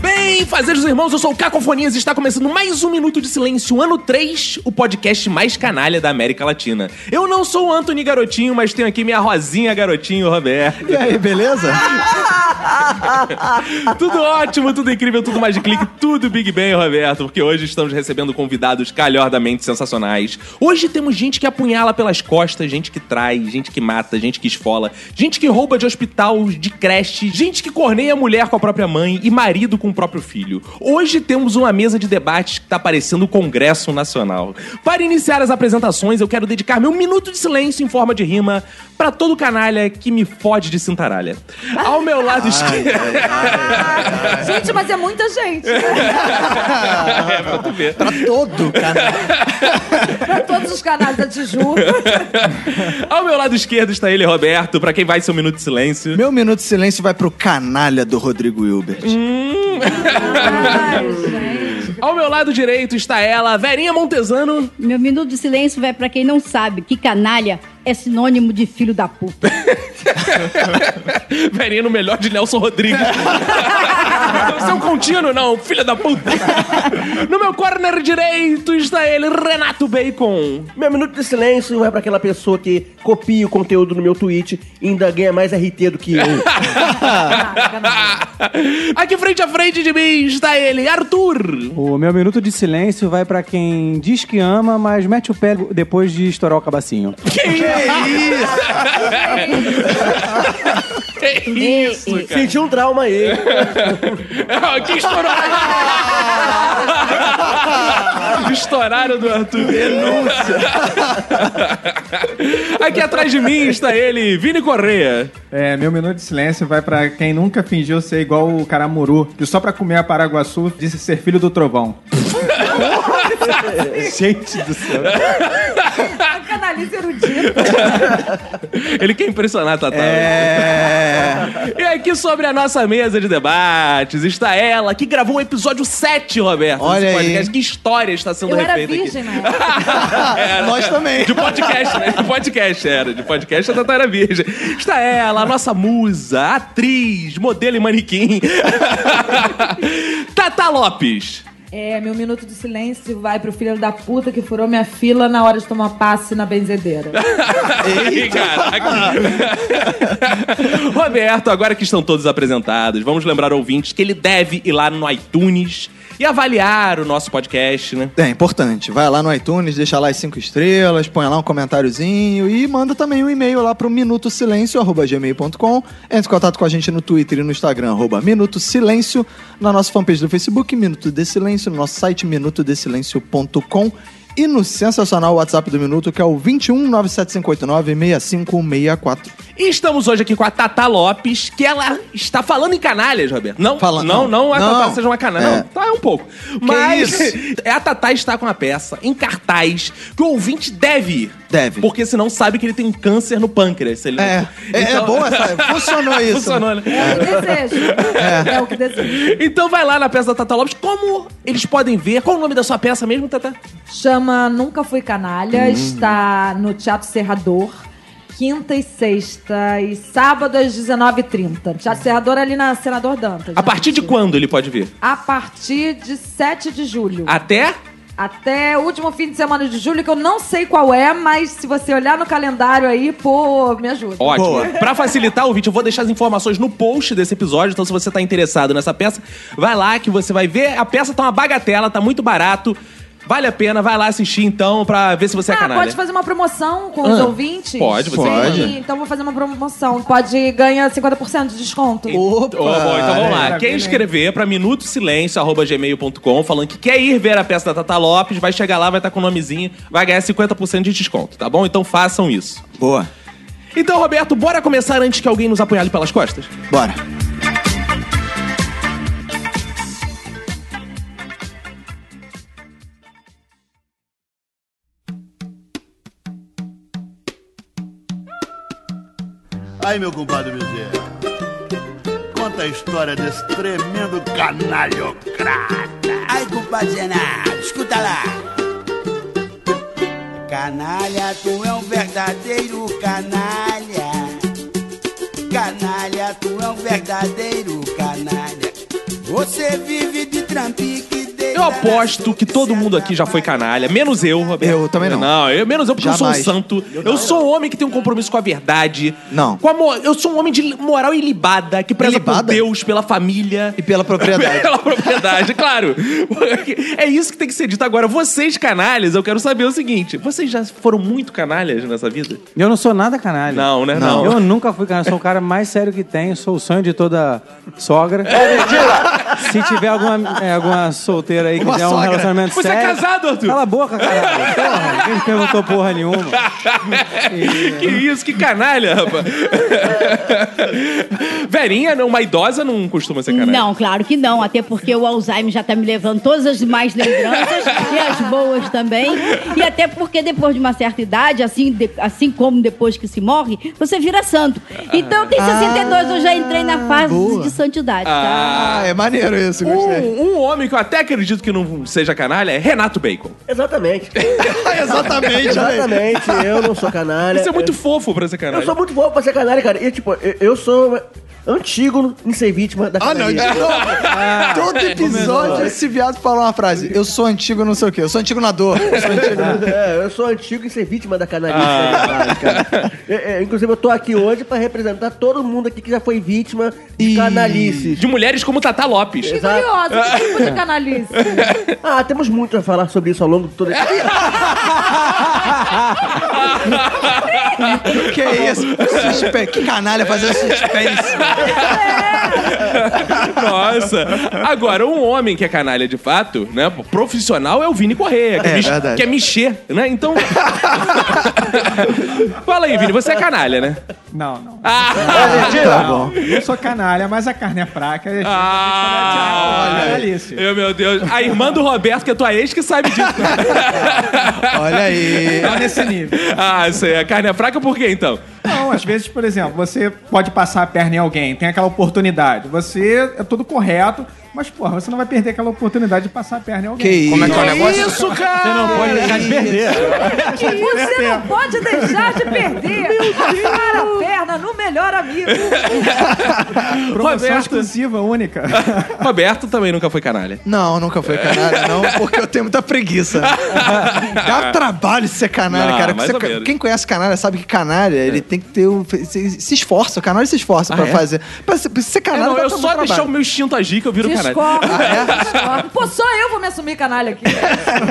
Bem, fazeres irmãos, eu sou o Cacofonias e está começando mais um Minuto de Silêncio, ano 3, o podcast mais canalha da América Latina. Eu não sou o Anthony Garotinho, mas tenho aqui minha Rosinha Garotinho, Roberto. E aí, beleza? tudo ótimo, tudo incrível, tudo mais de clique, tudo Big Bang, Roberto, porque hoje estamos recebendo convidados calhordamente sensacionais. Hoje temos gente que apunhala pelas costas, gente que trai, gente que mata, gente que esfola, gente que rouba de hospital, de creche, gente que corneia mulher com a própria mãe e marido com o próprio filho. Hoje temos uma mesa de debates que tá parecendo o Congresso Nacional. Para iniciar as apresentações, eu quero dedicar meu minuto de silêncio em forma de rima para todo canalha que me fode de cintaralha. Ao meu lado esquerdo. Ah, Gente, mas é muita gente. É, pra tu ver. Pra todo, cara. pra todos os canais da Tiju. Ao meu lado esquerdo está ele, Roberto, pra quem vai ser um minuto de silêncio. Meu minuto de silêncio vai pro canalha do Rodrigo Hilbert. Ai, gente. Ao meu lado direito está ela, Verinha Montesano. Meu minuto de silêncio vai pra quem não sabe que canalha é sinônimo de filho da puta. Verinha no melhor de Nelson Rodrigues. Você é um contínuo, não, filha da puta. No meu corner direito está ele, Renato Bacon. Meu minuto de silêncio é pra aquela pessoa que copia o conteúdo no meu tweet e ainda ganha mais RT do que eu. Aqui frente a frente de mim está ele, Arthur. O meu minuto de silêncio vai pra quem diz que ama, mas mete o pé depois de estourar o cabacinho. Que isso, cara. Senti um trauma aí. que estouraram. estouraram do Arthur. Denúncia. Aqui atrás de mim está ele, Vini Correia. É, meu minuto de silêncio vai pra quem nunca fingiu ser igual o Caramuru, que só pra comer a Paraguaçu disse ser filho do trovão. Gente do céu. A canalice erudita. Ele quer impressionar Tatá. É. E aqui sobre a nossa mesa de debates está ela, que gravou o episódio 7, Roberto. Olha aí. desse podcast. Que história está sendo Eu era refeita aqui. virgem, né? Era. Nós também. De podcast, né? De podcast era. De podcast a Tatá era virgem. Está ela, a nossa musa, atriz, modelo e manequim. Tata Lopes. É, meu minuto de silêncio vai pro filho da puta que furou minha fila na hora de tomar passe na benzedeira. Ih, Caraca. Roberto, agora que estão todos apresentados, vamos lembrar ao ouvinte que ele deve ir lá no iTunes e avaliar o nosso podcast, né? É importante. Vai lá no iTunes, deixa lá as cinco estrelas, põe lá um comentáriozinho e manda também um e-mail lá pro minutosilêncio.gmail.com. Entre em contato com a gente no Twitter e no Instagram, arroba Minuto Silêncio, na nossa fanpage do Facebook, Minuto de Silêncio, no nosso site minutodesilêncio.com e no sensacional WhatsApp do Minuto, que é o 21 97589 6564. E estamos hoje aqui com a Tata Lopes, que ela está falando em canalhas, Roberto. Não, Fala- não, não é a Tatá não. seja uma canalha. Não, É. tá um pouco. Mas isso? a Tatá está com uma peça em cartaz que o ouvinte deve ir. Deve. Porque senão sabe que ele tem um câncer no pâncreas. se ele não- É, é, é Então- boa essa. Funcionou isso. Funcionou, né? É o que desejo. É. o que desejo. Então vai lá na peça da Tata Lopes. Como eles podem ver? Qual o nome da sua peça mesmo, Tata? Chama Nunca Fui Canalha, Hum. está no Teatro Serrador. Quinta e sexta e sábado às 19h30. Teatro Serrador ali na Senador Dantas. A né? partir de quando ele pode ver? A partir de 7 de julho. Até? Até o último fim de semana de julho, que eu não sei qual é, mas se você olhar no calendário aí, pô, me ajuda. Ótimo. Boa. Pra facilitar o vídeo, eu vou deixar as informações no post desse episódio. Então, se você tá interessado nessa peça, vai lá que você vai ver. A peça tá uma bagatela, tá muito barato. Vale a pena, vai lá assistir então pra ver se você é ah, canalha. pode fazer uma promoção com os Ah, ouvintes? pode, você pode. Sim, então vou fazer uma promoção. Pode ganhar 50% de desconto. Opa! Ô, bom, então vamos lá. Maravilha, Quem hein? escrever pra minutosilêncio.gmail.com falando que quer ir ver a peça da Tata Lopes, vai chegar lá, vai estar com o nomezinho, vai ganhar 50% de desconto, tá bom? Então façam isso. Boa. Então, Roberto, bora começar antes que alguém nos apunhale pelas costas? Bora. Aí, meu compadre Bezerra, conta a história desse tremendo canalhocrata. Ai, compadre Renato, escuta lá. Canalha, tu é um verdadeiro canalha. Canalha, tu é um verdadeiro canalha. Você vive de trampique Eu aposto que todo mundo aqui já foi canalha, menos eu, Roberto. Eu também não. Não, eu, menos eu, porque eu Jamais. sou um santo. Eu sou um homem que tem um compromisso com a verdade. Não. Com a mo- eu sou um homem de moral ilibada, que preza por Ilibada? Deus, pela família. E pela propriedade. pela propriedade, claro. É isso que tem que ser dito agora. Vocês, canalhas, eu quero saber o seguinte: vocês já foram muito canalhas nessa vida? Eu não sou nada canalha. Não, né? Não. Eu nunca fui canalha. Sou o cara mais sério que tem. Sou o sonho de toda sogra. É Se tiver alguma, é, alguma solteira aí que Uma tiver um sogra. relacionamento Você é sério... casado, Arthur? Cala a boca, caralho. Porra, ninguém perguntou porra nenhuma. que isso, que canalha, rapaz. Verinha, não, uma idosa não costuma ser canalha. Não, claro que não, até porque o Alzheimer já tá me levando todas as más lembranças e as boas também. E até porque depois de uma certa idade, assim, de- assim como depois que se morre, você vira santo. Então, tem 62, eu já entrei na fase de santidade, tá? é maneiro isso, Ah, gostei. Uh, Um, um homem que eu até acredito que não seja canalha é Renato Bacon. Exatamente. Exatamente, Exatamente. Eu não sou canalha. né? Isso é muito Eu- fofo pra ser canalha. Eu sou muito bom pra ser canalha, cara. E, tipo, eu, eu sou antigo em ser vítima da Ah, não, de é canalha. é novo. Ah, Todo episódio esse viado fala uma frase. Eu sou antigo não sei o quê. Eu sou antigo na dor. Eu sou antigo Ah. na... É, eu sou antigo em ser vítima da canalista. Ah. verdade, cara. É, é, inclusive, eu tô aqui hoje pra representar todo mundo aqui que já foi vítima de canalice. De mulheres como Tata Lopes. Que curioso, que tipo de canalice? Ah, temos muito a falar sobre isso ao longo de todo esse... Que isso? Suspe- Que canalha fazer tipo suspense. Nossa. Agora, um homem que é canalha de fato, né? Profissional é o Vini Correia, que é, É, mich- verdade. que é mexer, né? Então. Fala aí, Vini, você é canalha, né? Não, não. Ah, Não, Eu sou canalha, mas a carne é fraca. Ah, Olha olha. isso. Eu, meu Deus. A irmã do Roberto, que é tua ex, que sabe disso. Olha aí. Tá nesse nível. Ah, isso aí. A carne é fraca por quê, então? Não, às vezes, por exemplo, você pode passar a perna em alguém, tem aquela oportunidade. Você é tudo correto, mas, porra, você não vai perder aquela oportunidade de passar a perna em alguém. Que Como é isso? que é o negócio? Isso, cara! Você não pode deixar de perder. Você não pode deixar de perder. Para a perna no melhor amigo. Promoção Roberto. exclusiva, única. Roberto também nunca foi canalha. Não, nunca foi canalha, não, porque eu tenho muita preguiça. Dá trabalho ser canalha, Ah. Não, cara. mais Você- ou menos. É. quem conhece canalha sabe que canalha, ele tem que ter um. Se, se esforça, o canalha se esforça Ah, pra é? fazer. Pra ser, pra ser canalha, É, não, dá eu pra só muito deixar o Tá trabalho. meu instinto agir que eu viro canalha. Discordo, Ah, discordo. Pô, só eu vou me assumir canalha aqui.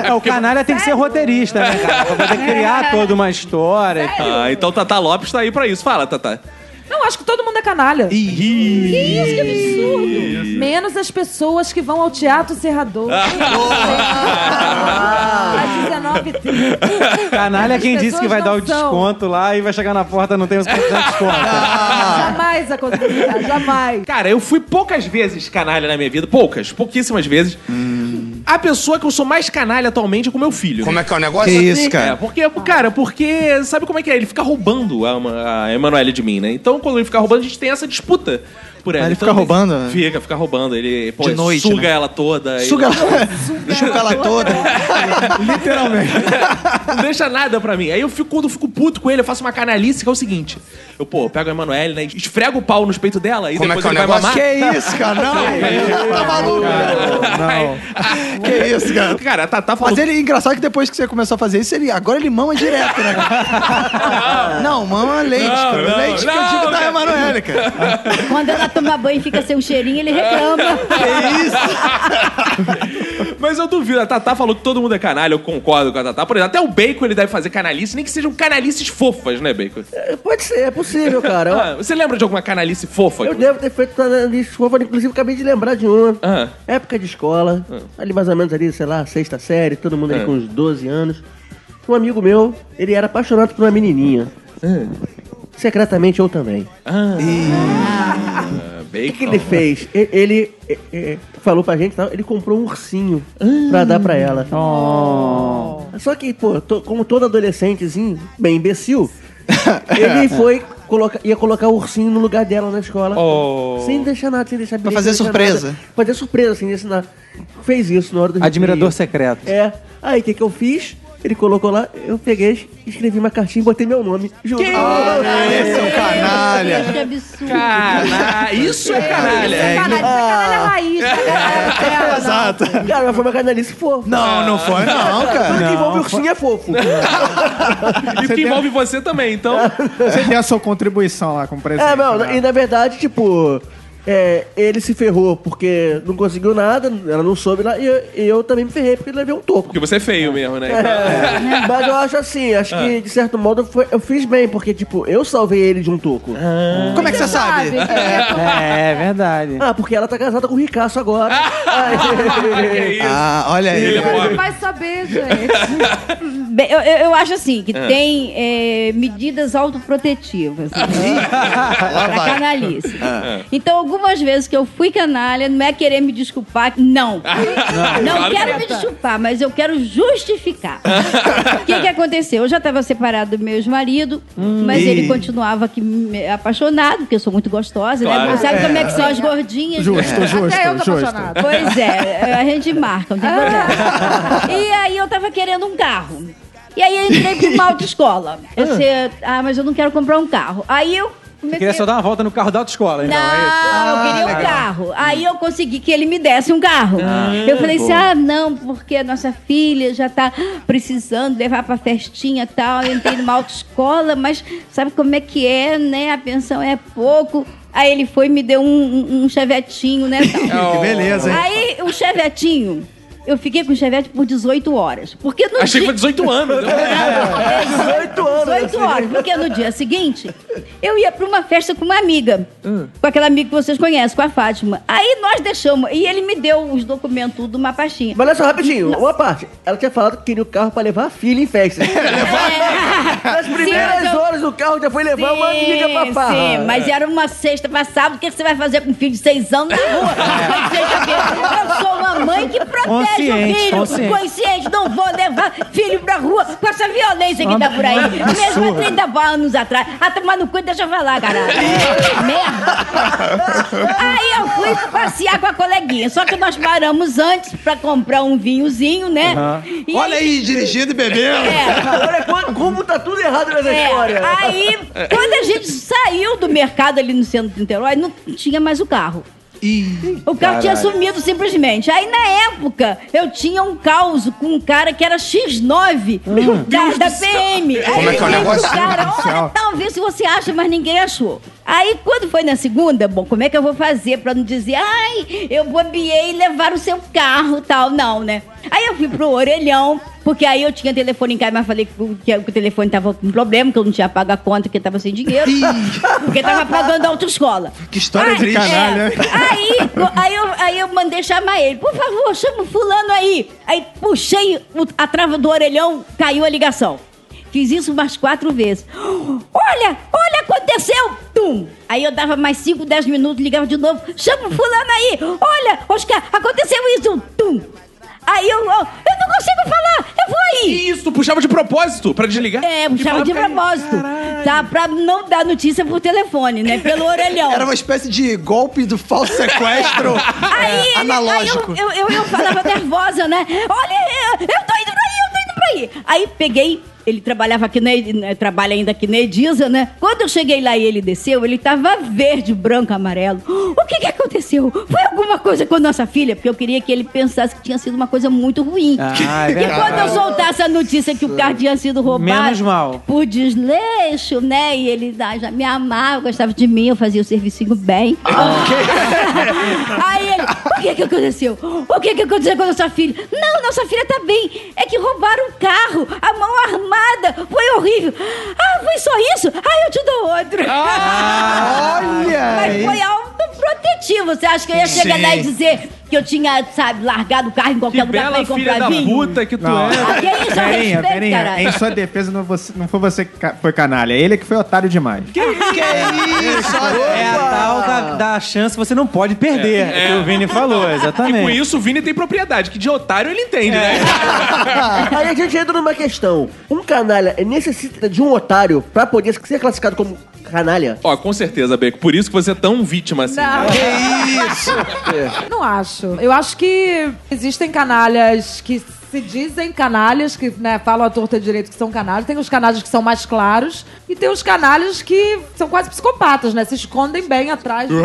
É, o canalha tem que ser roteirista, É, né, cara? Pra poder criar toda uma história. e tal. Ah, então Tata Lopes tá aí pra isso. Fala, Tata. Não, acho que todo mundo é canalha. Ih. Que isso, que absurdo! Menos as pessoas que vão ao Teatro Serrador. Ah. Ah. Às 19 Canalha é quem As disse que vai dar o pessoas não são. desconto lá e vai chegar na porta não tem os pontos de desconto. Jamais acontecerá, jamais. Cara, eu fui poucas vezes canalha na minha vida. Poucas, pouquíssimas vezes. A pessoa que eu sou mais canalha atualmente é com meu filho. Como é que é o negócio? Que isso, cara? É, porque, cara, porque sabe como é que é? Ele fica roubando a, Ma- a Emanuele de mim, né? Então, quando ele fica roubando, a gente tem essa disputa por ela. Ah, ele Então, fica roubando, né? Fica, fica roubando. Ele pô, De noite, suga né? ela toda. Suga ele- ela, suga ela toda. Literalmente. Não deixa nada pra mim. Aí eu fico, quando eu fico puto com ele, eu faço uma canalice que é o seguinte: eu, pô, eu pego a Emanuele, né? Esfrego o pau nos peitos dela e depois ele vai mamar. é Que é isso, cara? Não, tá maluco. Que isso, cara? Cara, tá, a Tatá falou. Mas ele, engraçado que depois que você começou a fazer isso, ele, agora ele mama direto, né? cara? Não, mama leite, cara. não, leite que eu não, digo tá da cara. Emanuele, cara. Quando ela toma banho e fica sem um cheirinho, ele reclama. Mas eu duvido, a Tatá falou que todo mundo é canalha, eu concordo com a Tatá. Por exemplo, até o Bacon ele deve fazer canalice, nem que sejam canalices fofas, né, Bacon? É, Pode ser, é possível, cara. Eu- Ah, você lembra de alguma canalice fofa? Eu devo ter feito canalice fofa, inclusive acabei de lembrar de uma. Ah. Época de escola, ali mais ou menos ali, sei lá, sexta série, todo mundo ali Ah. com uns 12 anos. Um amigo meu, ele era apaixonado por uma menininha. Secretamente eu também. Ah, O que, que Bacon. ele fez? E- Ele, eh, eh, falou pra gente, e tal, ele comprou um ursinho pra dar pra ela. Ah. Oh. Só que, pô, to- como todo adolescentezinho, bem imbecil, ele foi coloca- ia colocar o ursinho no lugar dela na escola. Oh. Sem deixar nada, sem deixar Pra bilhete, fazer sem deixar surpresa. nada. Fazer surpresa, sem ensinar. Fez isso na hora do Admirador recreio. secreto. É. Aí o que, que eu fiz? Ele colocou lá, eu peguei, escrevi uma cartinha e botei meu nome. Juro. Ah, esse é um canalha. Que absurdo. Caralho, isso é canalha. É, É, canalha, é raiz, Exato. Cara, mas foi uma canalice fofa. Não, não foi Ah, não, cara. Tudo que envolve Não, ursinho é fofo. E o que envolve você também, então. Você tem a sua contribuição lá como presente. É, não, né? e na verdade, tipo, é, ele se ferrou porque não conseguiu nada, ela não soube lá, e eu, e eu também me ferrei porque levei um toco. Porque você é feio mesmo, né? É, mas eu acho assim, acho Ah. que de certo modo foi- eu fiz bem, porque, tipo, eu salvei ele de um toco. Como é que você sabe? É, verdade. Ah, porque ela tá casada com o Ricaço agora. Ah, olha aí. Ele é Ele vai saber, gente. Bem, eu, eu- eu acho assim, que É. tem eh, medidas autoprotetivas. né? Lá Pra vai. canalice. Ah. Então, algumas vezes que eu fui canalha, não é querer me desculpar, não. Não, claro quero é. que me desculpar, mas eu quero justificar. O que, que aconteceu? Eu já estava separado do meu ex-marido, mas Ih. ele continuava aqui me- apaixonado, porque eu sou muito gostosa, Claro. né? Você sabe É. como é que são as gordinhas? Justo, né? justo, Até eu tô justo. apaixonada. Pois é, a gente marca, não tem problema. E aí eu tava querendo um carro. E aí eu entrei pro mal de escola. Você, ah, mas eu não quero comprar um carro. Aí eu Eu queria só dar uma volta no carro da autoescola, então. é isso? não, eu queria um carro. Aí eu consegui que ele me desse um carro. eu falei assim: boa. ah, não, porque a nossa filha já tá precisando levar pra festinha e tal. Eu entrei numa autoescola, mas sabe como é que é, né? A pensão é pouco. Aí ele foi e me deu um, um, um chevetinho, né? tal. Que beleza, hein? Aí o chevetinho. Eu fiquei com o chevette por 18 horas. Porque no Achei que dia- foi 18 anos. né? É, 18 horas. 18 horas, porque no dia seguinte eu ia pra uma festa com uma amiga. Hum. Com aquela amiga que vocês conhecem, com a Fátima. Aí nós deixamos, e ele me deu os documentos, tudo, uma pastinha. Mas olha só, rapidinho, uma parte. Ela tinha falado que queria o carro pra levar a filha em festa. Nas primeiras mas eu- horas o carro já foi levar uma amiga pra farra. É. Sim, mas era uma sexta pra sábado. O que que você vai fazer com um filho de seis anos na rua? É. Mas seja bem, é Eu sou uma mãe que protege Consciente, o filho. consciente. Consciente, não vou levar filho pra rua com essa violência que Uma- tá por aí. uma Mesmo há absurda. 30 anos atrás. Ah, tomar no cu, deixa eu falar, caralho. Merda. Aí eu fui passear com a coleguinha. Só que nós paramos antes pra comprar um vinhozinho, né? Uhum. E Olha aí, dirigindo e É. bebendo. Olha quando- como tá tudo errado nessa é, história. Aí, quando a gente saiu do mercado ali no centro de Niterói, não tinha mais o carro. o carro tinha Caralho. sumido simplesmente. Aí, na época, eu tinha um caos com um cara que era X9 da, da PM. Aí Como é que é o eu falei pro negócio? Cara, olha, talvez se você acha, mas ninguém achou. Aí, quando foi na segunda, bom, como é que eu vou fazer pra não dizer, ai, eu bobiei e levaram o seu carro tal? Não, né? Aí eu fui pro orelhão, porque aí eu tinha telefone em casa, mas falei que, o- que o telefone tava com problema, que eu não tinha pago a conta, que tava sem dinheiro. porque tava pagando a autoescola. Que história Ai, É. de é canalha. Aí, co- aí, eu, aí eu mandei chamar ele. Por favor, chama o fulano aí. Aí puxei o- a trava do orelhão, caiu a ligação. Fiz isso umas quatro vezes. Olha, olha, aconteceu! Tum! Aí eu dava mais cinco, dez minutos, ligava de novo. Chama o fulano aí! Olha, Oscar, aconteceu isso! Tum! Aí eu, eu não consigo falar! Eu vou aí! Isso, puxava de propósito pra desligar. É, puxava de propósito. Tá? Pra não dar notícia por telefone, né? Pelo orelhão. Era uma espécie de golpe do falso sequestro Aí, ele- analógico. aí eu, eu, eu, eu falava nervosa, né? Olha, eu, eu tô indo pra aí, eu tô indo pra aí. Aí peguei, ele trabalhava aqui na, Edi- né, trabalha ainda aqui na Edisa, né? Quando eu cheguei lá e ele desceu, ele tava verde, branco, amarelo. O que que aconteceu? Foi alguma coisa com a nossa filha? Porque eu queria que ele pensasse que tinha sido uma coisa muito ruim. Ah, é e quando eu verdade. soltasse a notícia que o carro tinha sido roubado... Menos mal. Por desleixo, né? E ele ah, já me amava, gostava de mim, eu fazia o servicinho bem. Aí ele, o que que aconteceu? O que que aconteceu com a nossa filha? Não, nossa filha tá bem. É que roubaram o carro, a mão armada, foi horrível. Ah, foi só isso? Ah, eu te dou outro. Ah, olha Mas foi aí. autoprotetivo. Você acha que eu ia chegar Sim. lá e dizer que eu tinha, sabe, largado o carro em qualquer lugar pra Bela ir filha comprar da vinho? puta que tu Não. é. Perinha, perinha, caralho. em sua defesa não, você- não foi você que ca- foi canalha, ele que foi otário demais. Tá isso? É a tal da, da chance que você não pode perder. É, é. Que o Vini falou, E com exatamente. É. isso, o Vini tem propriedade, que de otário ele entende, né? Aí a gente entra numa questão. Um canalha necessita de um otário pra poder ser classificado como canalha. Ó, com certeza, Beco. Por isso que você é tão vítima assim. Não. É Que isso? Não acho. Eu acho que existem canalhas que se dizem canalhas, que né, falam à torta e direito que são canalhas. Tem os canalhas que são mais claros e tem os canalhas que são quase psicopatas, né? Se escondem bem atrás do,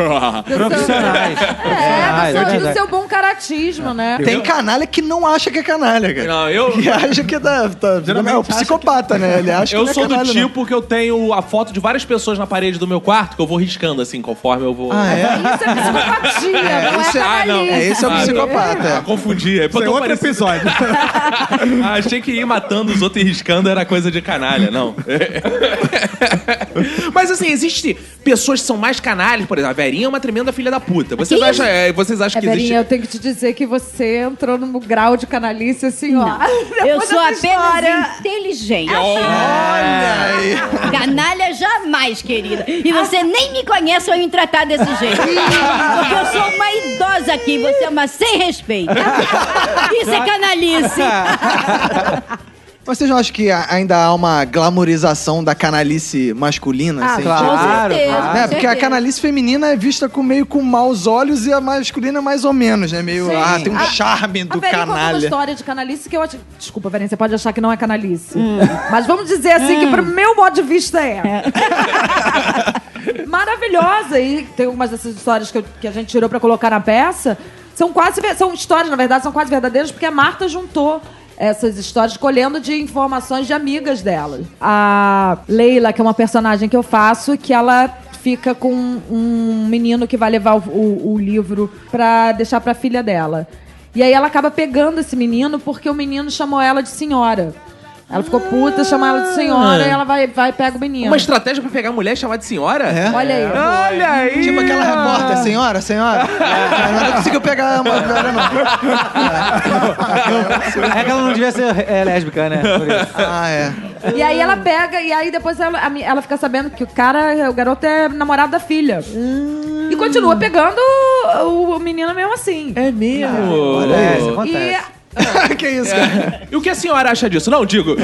Profissionais. é, do, seu, do verdade. seu bom caratismo, né? Tem canalha que não acha que é canalha, cara. Não, eu- Que acha que é, da, tá- é o psicopata, né? Ele acha eu que não é sou do canalha, não. tipo que eu tenho a foto de várias pessoas na parede do meu quarto que eu vou riscando assim, conforme eu vou. Ah, é? Isso é psicopatia, não é, isso é- canalista. Ah, não. É, esse é o Ah, psicopata. confundi. É Isso é outro episódio. Ah, achei que ir matando os outros e riscando era coisa de canalha, não. Mas assim, existe pessoas que são mais canalhas, por exemplo, a Verinha é uma tremenda filha da puta. Vocês Que acham, isso? é, vocês acham É, que Verinha, eu existe. tenho que te dizer que você entrou num grau de canalice assim, ó. Eu Depois sou dessa apenas inteligente. Olha aí. Canalha jamais, querida. E você nem me conhece ou me tratar desse jeito. Porque eu sou uma idosa aqui, você é uma sem respeito. Isso é canalice. Mas vocês não acham que a- ainda há uma glamorização da canalice masculina? Ah, assim, claro, com tipo- certeza, Né? com Porque a certeza. canalice feminina é vista com meio com maus olhos e a masculina é mais ou menos, né? Meio, Sim. ah, tem um A- charme A do é Verinha contou uma canalha. história de canalice que eu acho... Desculpa, Verinha, você pode achar que não é canalice. Hum. Mas vamos dizer assim que pro meu modo de vista é. É. Maravilhosa. E tem algumas dessas histórias que, eu- que a gente tirou pra colocar na peça. São quase... ver- São histórias, na verdade, são quase verdadeiras porque a Marta juntou essas histórias colhendo de informações de amigas dela. A Leila, que é uma personagem que eu faço, que ela fica com um menino que vai levar o, o- o livro pra deixar pra filha dela. E aí ela acaba pegando esse menino porque o menino chamou ela de senhora. Ela ficou puta, chamou ela de senhora e ela vai vai e pega o menino. Ah. Uma estratégia pra pegar mulher e chamar de senhora? É. Olha aí. Olha aí. Tipo aquela repórter, senhora, senhora. Eu não conseguiu pegar uma galera, não. É que ela não devia ser é, lésbica, né? Ah, é. E aí ela pega, e aí depois ela, a mi- ela fica sabendo que o cara, o garoto é namorado da filha. E continua pegando o, o menino mesmo assim. É mesmo? Acontece, E acontece. que isso, cara? É. E o que a senhora acha disso? Não, digo.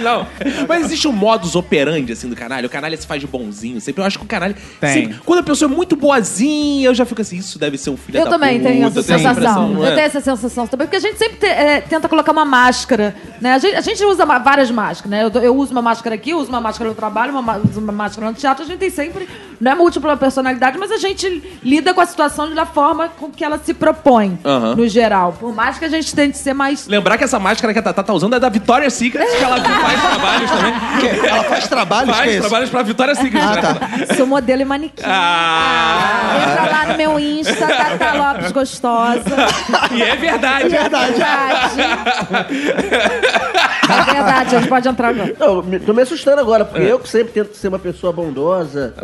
Não. Mas existe um modus operandi, assim, do canalha. O canalha se faz de bonzinho. Sempre eu acho que o canalha... Tem. sempre- quando a pessoa é muito boazinha, eu já fico assim, isso deve ser um filho eu da também puta. tenho essa sensação. impressão, não Eu é? tenho essa sensação também, porque a gente sempre te- é, tenta colocar uma máscara, né? A gente, a gente usa ma- várias máscaras, né? Eu, dou- eu uso uma máscara aqui, eu uso uma máscara no trabalho, uma, ma- uso uma máscara no teatro. A gente tem sempre, não é múltipla personalidade, mas a gente lida com a situação da forma com que ela se propõe, Aham. no geral. Por mais que a gente tente ser mais Lembrar que essa máscara que a Tatá tá usando é da Victoria's Secret, É. que ela faz trabalhos também. Ela faz trabalhos? Faz Que isso? trabalhos pra Victoria's Secret. Ah, né? tá. Sou modelo e manequim. Ah, Entra lá no meu Insta, Tata tá, Lopes Gostosa. E é verdade. É verdade. É verdade, a gente pode entrar agora. Não, me- tô me assustando agora, porque eu que sempre tento ser uma pessoa bondosa,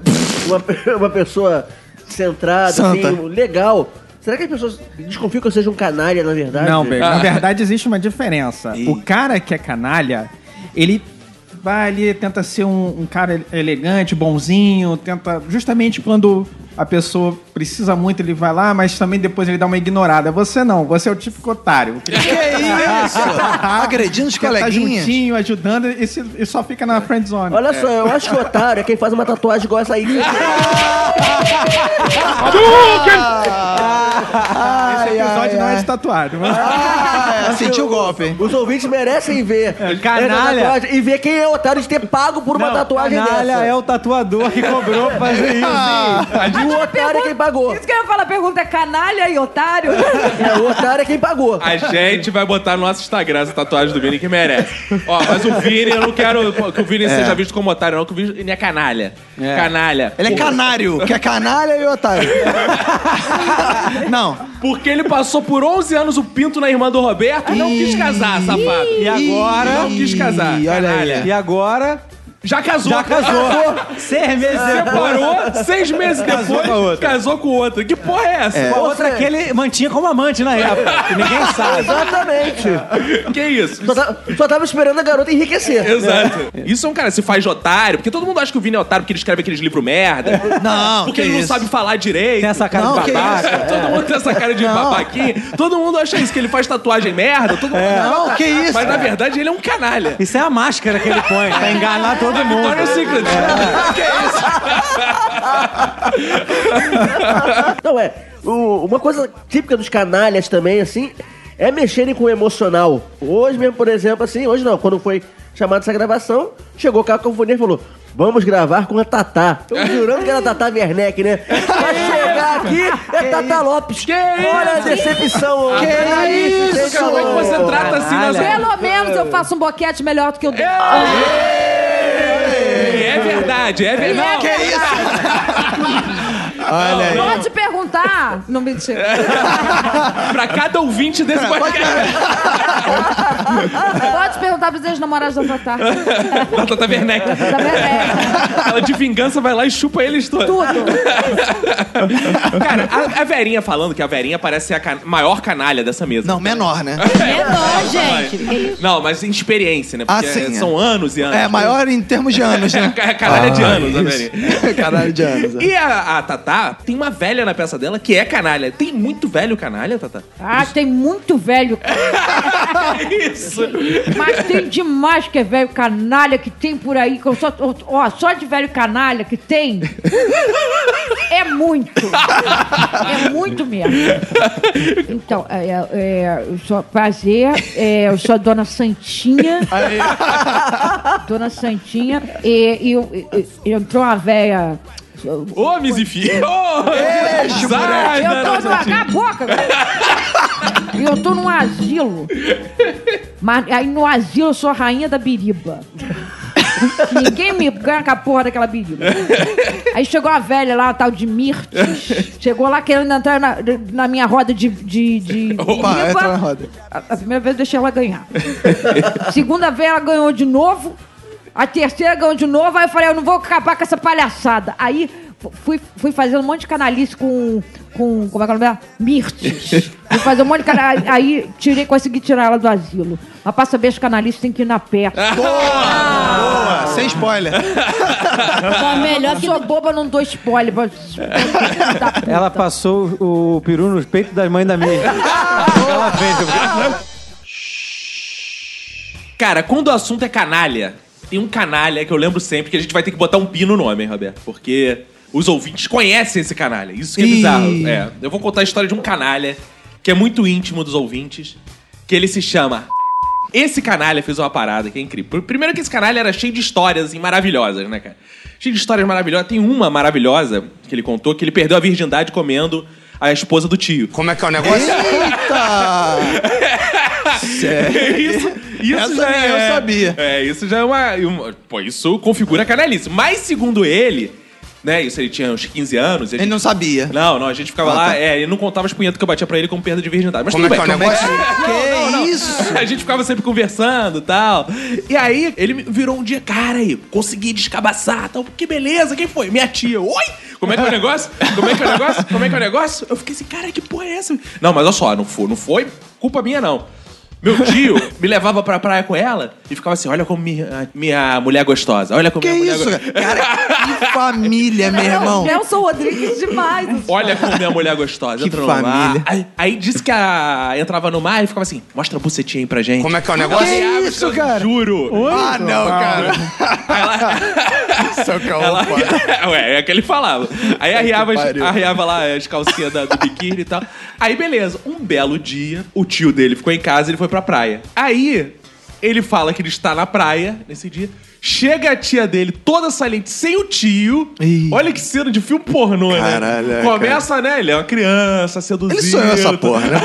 uma, pe- uma pessoa centrada, Santa. assim, legal. Será que as pessoas desconfiam que eu seja um canalha, na verdade? Não, Beco. Na verdade, existe uma diferença. O cara que é canalha, ele vai ali, tenta ser um, um cara elegante, bonzinho, tenta. Justamente quando a pessoa precisa muito, ele vai lá, mas também depois ele dá uma ignorada. Você não, você é o típico otário. Que É isso? Agredindo os Tá coleguinhas. juntinho, ajudando e, se- e só fica na friend zone. Olha só, eu acho que o otário é quem faz uma tatuagem igual essa aí. Esse episódio não é de tatuagem, mas. Ah, sentiu o golpe, hein? Os ouvintes merecem ver. essa É, canalha. tatuagem E ver quem é o otário de ter pago por uma Não, tatuagem canalha dessa. é o tatuador que cobrou pra fazer é isso. Ah. o otário é quem pagou. Isso que eu ia falar, a pergunta é canalha e otário? É, o otário é quem pagou. A gente vai botar no nosso Instagram essa tatuagem do Vini que merece. Ó, mas o Vini, eu não quero que o Vini seja visto como otário, não, que o Vini é canalha. Canalha. Ele É. é Por- canário, que é canalha e otário. Não. Porque ele passou por 11 anos o pinto na irmã do Roberto e não quis casar, safado. E agora- Não quis casar. Ih, olha aí. canalha. E agora, Já casou. já casou. Seis meses depois. Separou, seis meses Casou depois, com a outra. casou com outra. Que porra é essa? Com a outra que ele mantinha como amante né? na época. que ninguém sabe. Exatamente. Que isso? Só, tá- só tava esperando a garota enriquecer. Exato. Isso é um cara se faz de otário, porque todo mundo acha que o Vini é otário porque ele escreve aqueles livros merda. É. Não, porque que ele não isso. sabe falar direito. Tem essa cara Não, de que babaca. É. Todo mundo tem essa cara de babaquinha. Todo mundo acha isso, que ele faz tatuagem merda. Todo mundo Não, que isso? Mas na verdade ele é um canalha. Isso é a máscara que ele põe pra enganar todo da É. Victoria's Secret. Que Não, é. o- uma coisa típica dos canalhas também, assim, é mexerem com o emocional. Hoje mesmo, por exemplo, assim, hoje não, quando foi chamada essa gravação, chegou o Cacofonia e falou. Vamos gravar com a Tatá. Eu jurando que era a Tatá Werneck, né? Pra chegar aqui é Tatá Lopes. Olha a decepção. Que Canalista, isso? canalista. Como é que você trata assim nessa- Pelo menos eu faço um boquete melhor do que o dele. É verdade, é verdade. Que Olha aí. Pode perguntar. Não, mentira. pra cada ouvinte É. desse podcast. Pode perguntar pros ex-namorados da É, Tatá. da Tata Werneck. Ela de vingança vai lá e chupa eles todos. Cara, a, a Verinha falando que a Verinha parece ser a can- maior canalha dessa mesa. Não, menor, né? É, É Menor, gente. Não, mas em experiência, né? Ah, Porque sim, são é. anos e anos. É, maior em termos de anos, né? É, canalha de anos, a isso. Canalha de anos. é. E a, a Tatá tem uma velha na peça dela que é canalha. Tem muito velho canalha, Tatá? Ah, tem muito velho. Ah, Isso. Mas tem demais que é velho canalha que tem por aí. Que eu só, ó, só de velho canalha que tem. É muito. É muito mesmo. Então, é, é, eu sou prazer. é, eu sou a dona Santinha. Dona Santinha. E, e eu- e- e- entrou uma velha. Ô, Mizifi! Beijo, Sai, moleque. Eu tô garoto. numa... Cala a boca! E eu tô num asilo. Mas aí no asilo eu sou a rainha da biriba. Ninguém me ganha com a porra daquela biriba. Aí chegou a velha lá, a tal de Mirtes. Chegou lá querendo entrar na, na minha roda de. de, de biriba. A, a primeira vez eu deixei ela ganhar. Segunda vez ela ganhou de novo. A terceira ganhou de novo. Aí eu falei, eu não vou acabar com essa palhaçada. Aí fu- fui, fui fazendo um monte de canalice com. com como é que é o nome dela? Mirtes. Fui fazer um monte de canalice. Aí tirei, consegui tirar ela do asilo. Mas pra saber os canalistas tem que ir na pé. Boa, sem spoiler. Então, é Tá melhor eu sou boba, não dou spoiler. mas- Ela passou o peru nos peitos da mãe da minha. Ela fez. Cara, quando o assunto é canalha, tem um canalha que eu lembro sempre que a gente vai ter que botar um pi no nome, hein, Roberto? Porque os ouvintes conhecem esse canalha. Isso que é Ih. bizarro. É, eu vou contar a história de um canalha que é muito íntimo dos ouvintes, que ele se chama. Esse canalha fez uma parada que é incrível. Primeiro que esse canalha era cheio de histórias assim, maravilhosas, né, cara? Cheio de histórias maravilhosas. Tem uma maravilhosa que ele contou que ele perdeu a virgindade comendo a esposa do tio. Como é que é o negócio? Tá. Sério? É Isso, isso Essa já nem eu é, sabia. É, isso já é uma, uma- Pô, isso configura canalice. Mas segundo ele, né? Isso ele tinha uns 15 anos. Ele não sabia. Não, não, a gente ficava Ah, lá, tá. é, ele não contava as punhetas que eu batia pra ele como perda de virgindade. Mas Como tudo é que bem. é o negócio? É, não, não, não. A gente ficava sempre conversando e tal. E aí, ele me virou um dia, cara, aí, consegui descabaçar tal. Que beleza, quem foi? Minha tia. Oi? Como é que é o negócio? Como é que é o negócio? Como é que é o negócio? Eu fiquei assim, cara, que porra é essa? Não, mas olha só, não foi, não foi culpa minha, não. Meu tio me levava pra praia com ela e ficava assim: olha como minha, minha mulher gostosa, olha como Que minha isso, mulher gostosa. Que família, meu irmão. Nelson Rodrigues demais. Olha como minha mulher gostosa. Que entra no mar. família. Aí, aí disse que a, entrava no mar e ficava assim: mostra a bucetinha aí pra gente. Como é que é o negócio? Que isso, cara? Juro. ah, não, cara. Só que ela... Ué, é que ele falava. É Aí arriava, as- arriava lá as calcinhas da- do biquíni e tal. Aí, beleza. Um belo dia, o tio dele ficou em casa e ele foi pra praia. Aí, ele fala que ele está na praia nesse dia. Chega a tia dele toda saliente, sem o tio. Olha que cena de filme pornô, Caralho, né? é, Começa, né? Ele é uma criança, seduzido. Ele sonhou essa porra, né?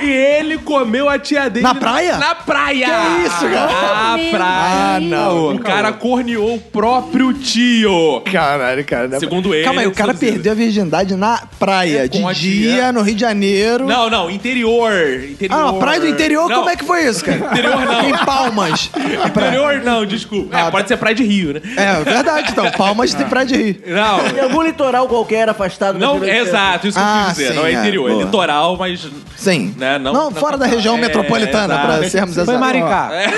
e ele comeu a tia dele. Na praia? Na praia! Ah, Que isso, cara? Na Meu praia! Ah, não. O cara corneou o próprio tio! Caralho, cara. Segundo ele. Calma aí, o cara seduzido. perdeu a virgindade na praia, de a dia, tia. no Rio de Janeiro. Não, não, interior. interior. Ah, praia do interior, Não, como é que foi isso, cara? Interior não. Em Palmas. Interior não, desculpa. É, pode ser praia de Rio, né? Ah, É, verdade, então. Palmas tem praia de Rio. Não. Em algum litoral qualquer afastado. do Rio Não, Grande do Sul. exato, isso que Ah, eu quis dizer. não é interior, é litoral, mas. Sim. Né, não, É, Não, fora da região metropolitana, pra exato. sermos Foi exatos. Maricá. É.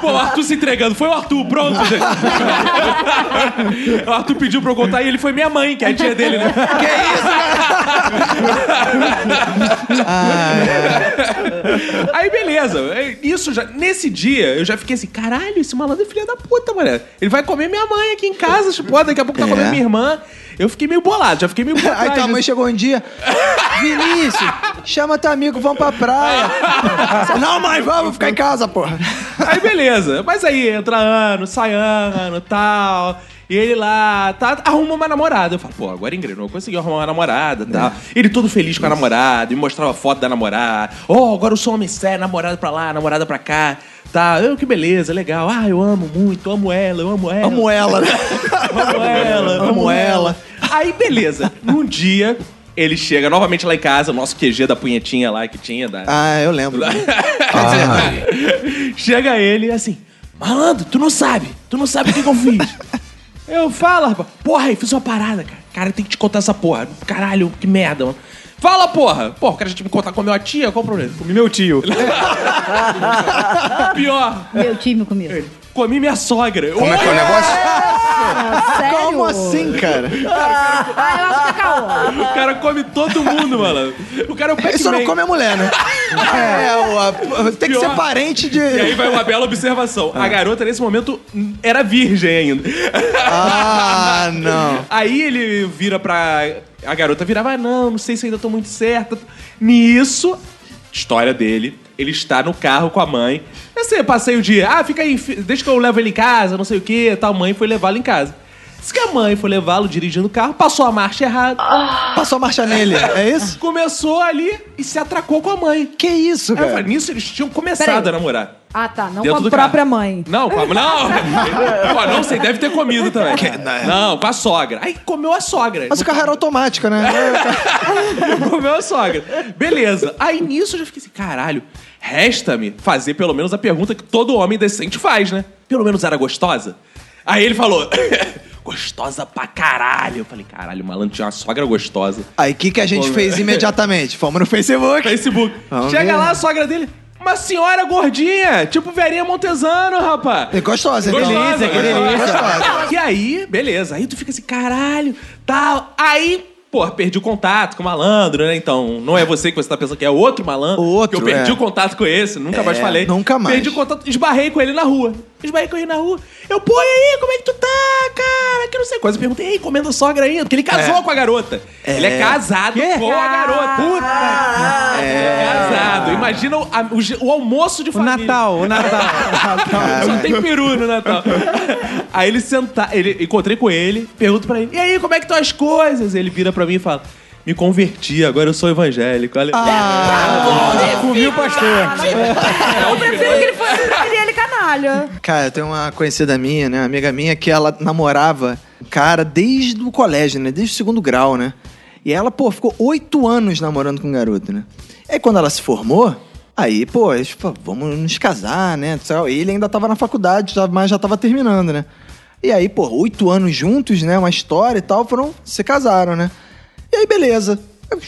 Pô, o Arthur se entregando. Foi o Arthur, pronto, gente. o Arthur pediu pra eu contar e ele foi minha mãe, que é a tia dele, né? Que isso, Ah, Aí, beleza. Beleza, é, isso já. Nesse dia, eu já fiquei assim, caralho, esse malandro é filho da puta, mano. Ele vai comer minha mãe aqui em casa, tipo, ó, daqui a pouco tá É. comendo minha irmã. Eu fiquei meio bolado, já fiquei meio bolado. Aí tua mãe chegou um dia, Vinícius, chama teu amigo, vamos pra praia. Não, mãe, vamos ficar em casa, porra. Aí beleza. Mas aí entra ano, sai ano, tal. E ele lá, tá, arruma uma namorada. Eu falo, pô, agora engrenou, conseguiu arrumar uma namorada e tal. Ele todo feliz com a namorada, me mostrava foto da namorada. Oh, agora eu sou homem sério, namorada pra lá, namorada pra cá. Tá, eu que beleza, legal. Ah, eu amo muito, amo ela, eu amo ela. Amo ela, né? amo ela, amo, ela. Aí, beleza. Num dia, ele chega novamente lá em casa, o nosso QG da punhetinha lá que tinha. Da... Ah, eu lembro. Chega ele e assim, malandro, tu não sabe, tu não sabe o que, que eu fiz. eu falo, rapaz, porra, eu fiz uma parada, cara. Cara, tem que te contar essa porra. Caralho, que merda, mano. Fala, porra! Porra, o cara já tinha me contar com a minha tia, qual o problema? Comi meu tio. Pior. Meu time comigo. Comi minha sogra. Como é que é o Sério? Como assim, cara? Ah, eu acho que é caô. O cara come todo mundo, mano. O cara é o Pac-Man. Isso não come a mulher, né? É, o- a- tem que Pior. ser parente de. É. E aí vai uma bela observação. A garota, nesse momento, era virgem ainda. Ah, não. Aí ele vira pra. A garota virava, ah, não, não sei se ainda tô muito certa. Nisso, história dele. Ele está no carro com a mãe. Assim, passei o dia. Ah, fica aí, fi- deixa que eu levo ele em casa, não sei o quê. Tal mãe foi levá-lo em casa. Diz que a mãe foi levá-lo dirigindo o carro, passou a marcha errada. Passou a marcha nele, é isso? Começou ali e se atracou com a mãe. Que isso, cara? nisso eles tinham começado a namorar. Ah, tá. Não Dentro com do a própria mãe. Não, com a, não. Pô, não sei, deve ter comido também. né? Não, com a sogra. Aí comeu a sogra. Mas o carro era automático, né? comeu a sogra. Beleza. Aí nisso eu já fiquei assim, caralho, resta-me fazer pelo menos a pergunta que todo homem decente faz, né? Pelo menos era gostosa? Aí ele falou, gostosa pra caralho. Eu falei, caralho, o malandro tinha uma sogra gostosa. Aí o que, que a gente Pô, fez velho. imediatamente? Fomos no Facebook. Facebook. Chega lá, a sogra dele. Uma senhora gordinha, tipo Verinha Montesano, rapaz. É gostosa, é delícia, que delícia. Gostosa. E aí, beleza. Aí tu fica assim, caralho, tal. Aí, pô, perdi o contato com o malandro, né? Então, não é você que você tá pensando que é outro malandro. Outro, que eu perdi é. o contato com esse, nunca É, mais falei. nunca mais. Perdi o contato, esbarrei com ele na rua. Esbarrei com ele na rua. Eu, pô, e aí, como é que tu tá, cara? Que não sei coisa. Eu perguntei, ei, comendo a sogra ainda? Porque ele casou É. com a garota. É. Ele é casado com a garota. Puta! É. Casado. Imagina o, a- o, ge- o almoço de família. O Natal, o Natal. Só tem peru no Natal. Aí ele senta, ele encontrei com ele, pergunto pra ele: "E aí, como é que estão as coisas?" Ele vira pra mim e fala: "Me converti, agora eu sou evangélico." Olha. Ah, é, comi o pastor. Eu prefiro que ele fosse preferir ele canalha. Cara, eu tenho uma conhecida minha, né? Uma amiga minha que ela namorava um cara desde o colégio, né? Desde o segundo grau, né? E ela, pô, ficou oito anos namorando com um garoto, né? Aí quando ela se formou, aí, pô, eles, pô, vamos nos casar, né? tal. E ele ainda tava na faculdade, já- mas já tava terminando, né? E aí, pô, oito anos juntos, né? Uma história e tal, foram, se casaram, né? E aí, beleza.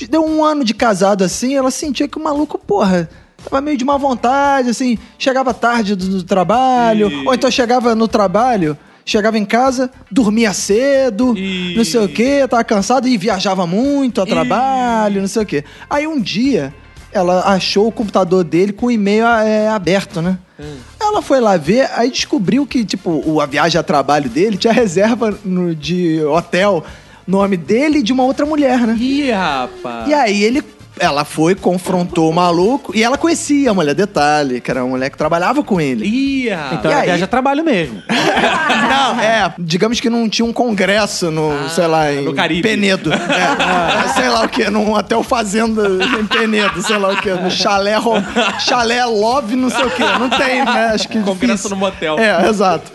Deu um ano de casado assim, ela sentia que o maluco, porra, tava meio de má vontade, assim, chegava tarde do, do trabalho, ou então chegava no trabalho, chegava em casa, dormia cedo, não sei o quê, tava cansado e viajava muito a trabalho, não sei o quê. Aí um dia, ela achou o computador dele com o e-mail é, aberto, né? Hum. Ela foi lá ver, aí descobriu que, tipo, o- a viagem a trabalho dele tinha reserva no- de hotel, nome dele e de uma outra mulher, né? Ih, rapaz. E aí ele. Ela foi, confrontou o maluco e ela conhecia a mulher, detalhe, que era uma mulher que trabalhava com ele. Ih, Então ela viaja a trabalho mesmo. Não, é, digamos que não tinha um congresso no, sei lá, em Ah, no Caribe. Penedo. É, sei lá o quê, num hotel fazenda em Penedo, sei lá o quê, no chalé, ro- chalé Love, não sei o quê. Não tem, né? Acho que Congresso no motel. É, exato.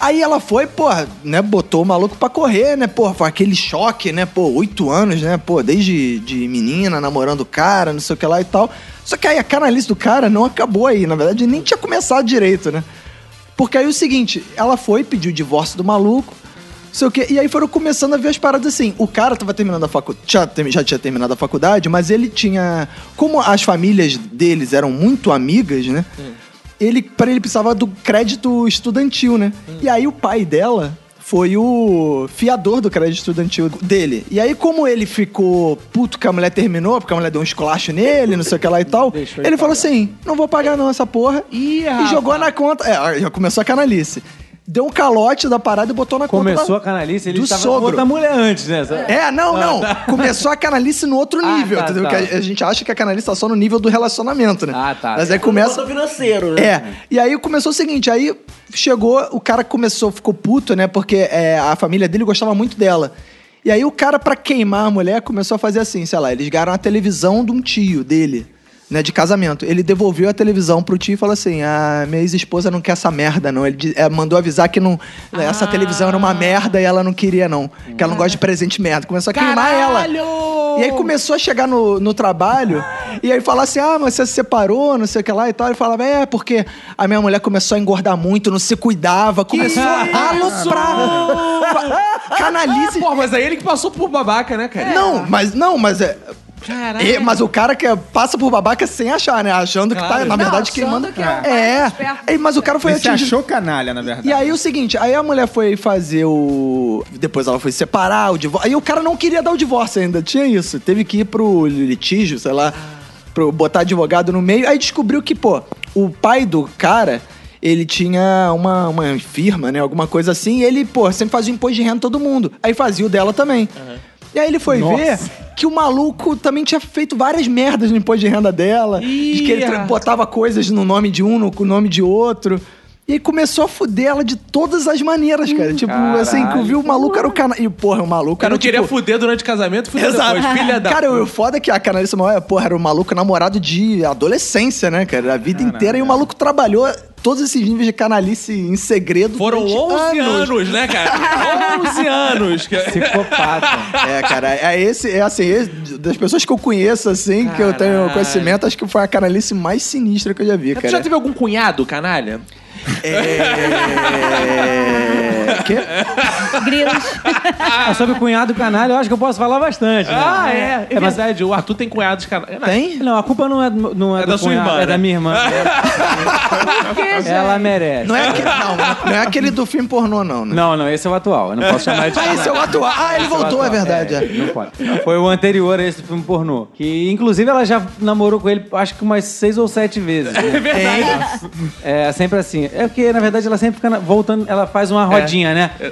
Aí ela foi, porra, né, botou o maluco pra correr, né, porra, foi aquele choque, né, pô, oito anos, né, pô, desde de menina, namorando o cara, não sei o que lá e tal. Só que aí a canalice do cara não acabou aí, na verdade, nem tinha começado direito, né. Porque aí o seguinte, ela foi, pediu o divórcio do maluco, não sei o quê, e aí foram começando a ver as paradas assim. O cara tava terminando a faculdade, já, tem- já tinha terminado a faculdade, mas ele tinha. Como as famílias deles eram muito amigas, né? Hum. Ele, para ele precisava do crédito estudantil, né? E aí o pai dela foi o fiador do crédito estudantil dele. E aí, como ele ficou puto que a mulher terminou, porque a mulher deu um esculacho nele, não sei o que lá e tal, ele ele falou assim: não vou pagar não essa porra. e jogou na conta. É, ó, já começou a canalice. Deu um calote da parada e botou na conta. Começou da- a canalice, ele do tava sogro. com outra mulher antes, né? É, não, Ah, não. tá. Começou a canalice no outro Ah, nível, tá, entendeu? tá. Que a, a gente acha que a canalice tá só no nível do relacionamento, né? Ah, tá. Mas aí Quando começa. bota o financeiro, né? É. E aí começou o seguinte, aí chegou, o cara começou, ficou puto, né? Porque é, a família dele gostava muito dela. E aí o cara, pra queimar a mulher, começou a fazer assim, sei lá, eles ganharam a televisão de um tio dele, né? De casamento. Ele devolveu a televisão pro tio e falou assim: a minha ex-esposa não quer essa merda, não. Ele di- é, mandou avisar que não, essa televisão era uma merda e ela não queria, não. Que ela não gosta de presente merda. Começou a queimar ela. E aí começou a chegar no, no trabalho e aí falar assim: ah, mas você se separou, não sei o que lá e tal. Ele falava: é, porque a minha mulher começou a engordar muito, não se cuidava, começou a aloprar. Canalice. Pô, É mas aí ele que passou por babaca, né, É. cara? Não, mas não, mas é. Caraca. E- mas o cara que é, passa por babaca sem achar, né? Achando que tá, Claro. na Não, verdade, quem achando manda. que é o mais é. esperto. Aí, mas o cara foi Mas você atingido- achou canalha, na verdade. e aí o seguinte, aí a mulher foi fazer o. Depois ela foi separar o divórcio. Aí o cara não queria dar o divórcio ainda, tinha isso. Teve que ir pro litígio, sei lá, pro botar advogado no meio. Aí descobriu que, pô, o pai do cara. Ele tinha uma, uma firma, né? Alguma coisa assim. E ele, pô, sempre fazia o imposto de renda de todo mundo. Aí fazia o dela também. Uhum. E aí ele foi Nossa. ver que o maluco também tinha feito várias merdas no imposto de renda dela. De que ele tra- Ih, botava coisas no nome de um, no co- nome de outro. E aí começou a fuder ela de todas as maneiras, cara. tipo, assim, que eu vi o maluco era o canal. E, porra, o maluco Hum, Eu era não o queria tipo... fuder durante o casamento, fuder Exato. depois, filha da... cara, o puta. foda é que a canalista maior, porra, era o maluco namorado de adolescência, né, cara? A vida inteira. E o maluco trabalhou todos esses níveis de canalice em segredo. Foram durante 11 anos, né, cara? 11 anos. cara. É, cara, é esse, é assim, esse- das pessoas que eu conheço, assim, que eu tenho conhecimento, acho que foi a canalice mais sinistra que eu já vi, Tu cara. já teve algum cunhado, canalha? É... Quê? Grilos. Ah, sobre cunhado canalha, eu acho que eu posso falar bastante. né? Ah, é. É mas- verdade. O Arthur tem cunhados canalha. Tem? Não, a culpa não é, do- não é, É do da sua cunhado, irmã, É né? da minha irmã. É, Ela merece. Não é, aquele, não, não é aquele do filme pornô, não, né? Não, não, esse é o atual. Eu não posso chamar de. Ah, esse é o atual. Ah, ele Esse é o voltou, é atual. verdade, é. Não pode. Foi o anterior a esse filme pornô. Que, inclusive, ela já namorou com ele, acho que umas seis ou sete vezes. né? É verdade. É, sempre assim. É porque, na verdade, ela sempre fica na- voltando, ela faz uma rodinha, né? É,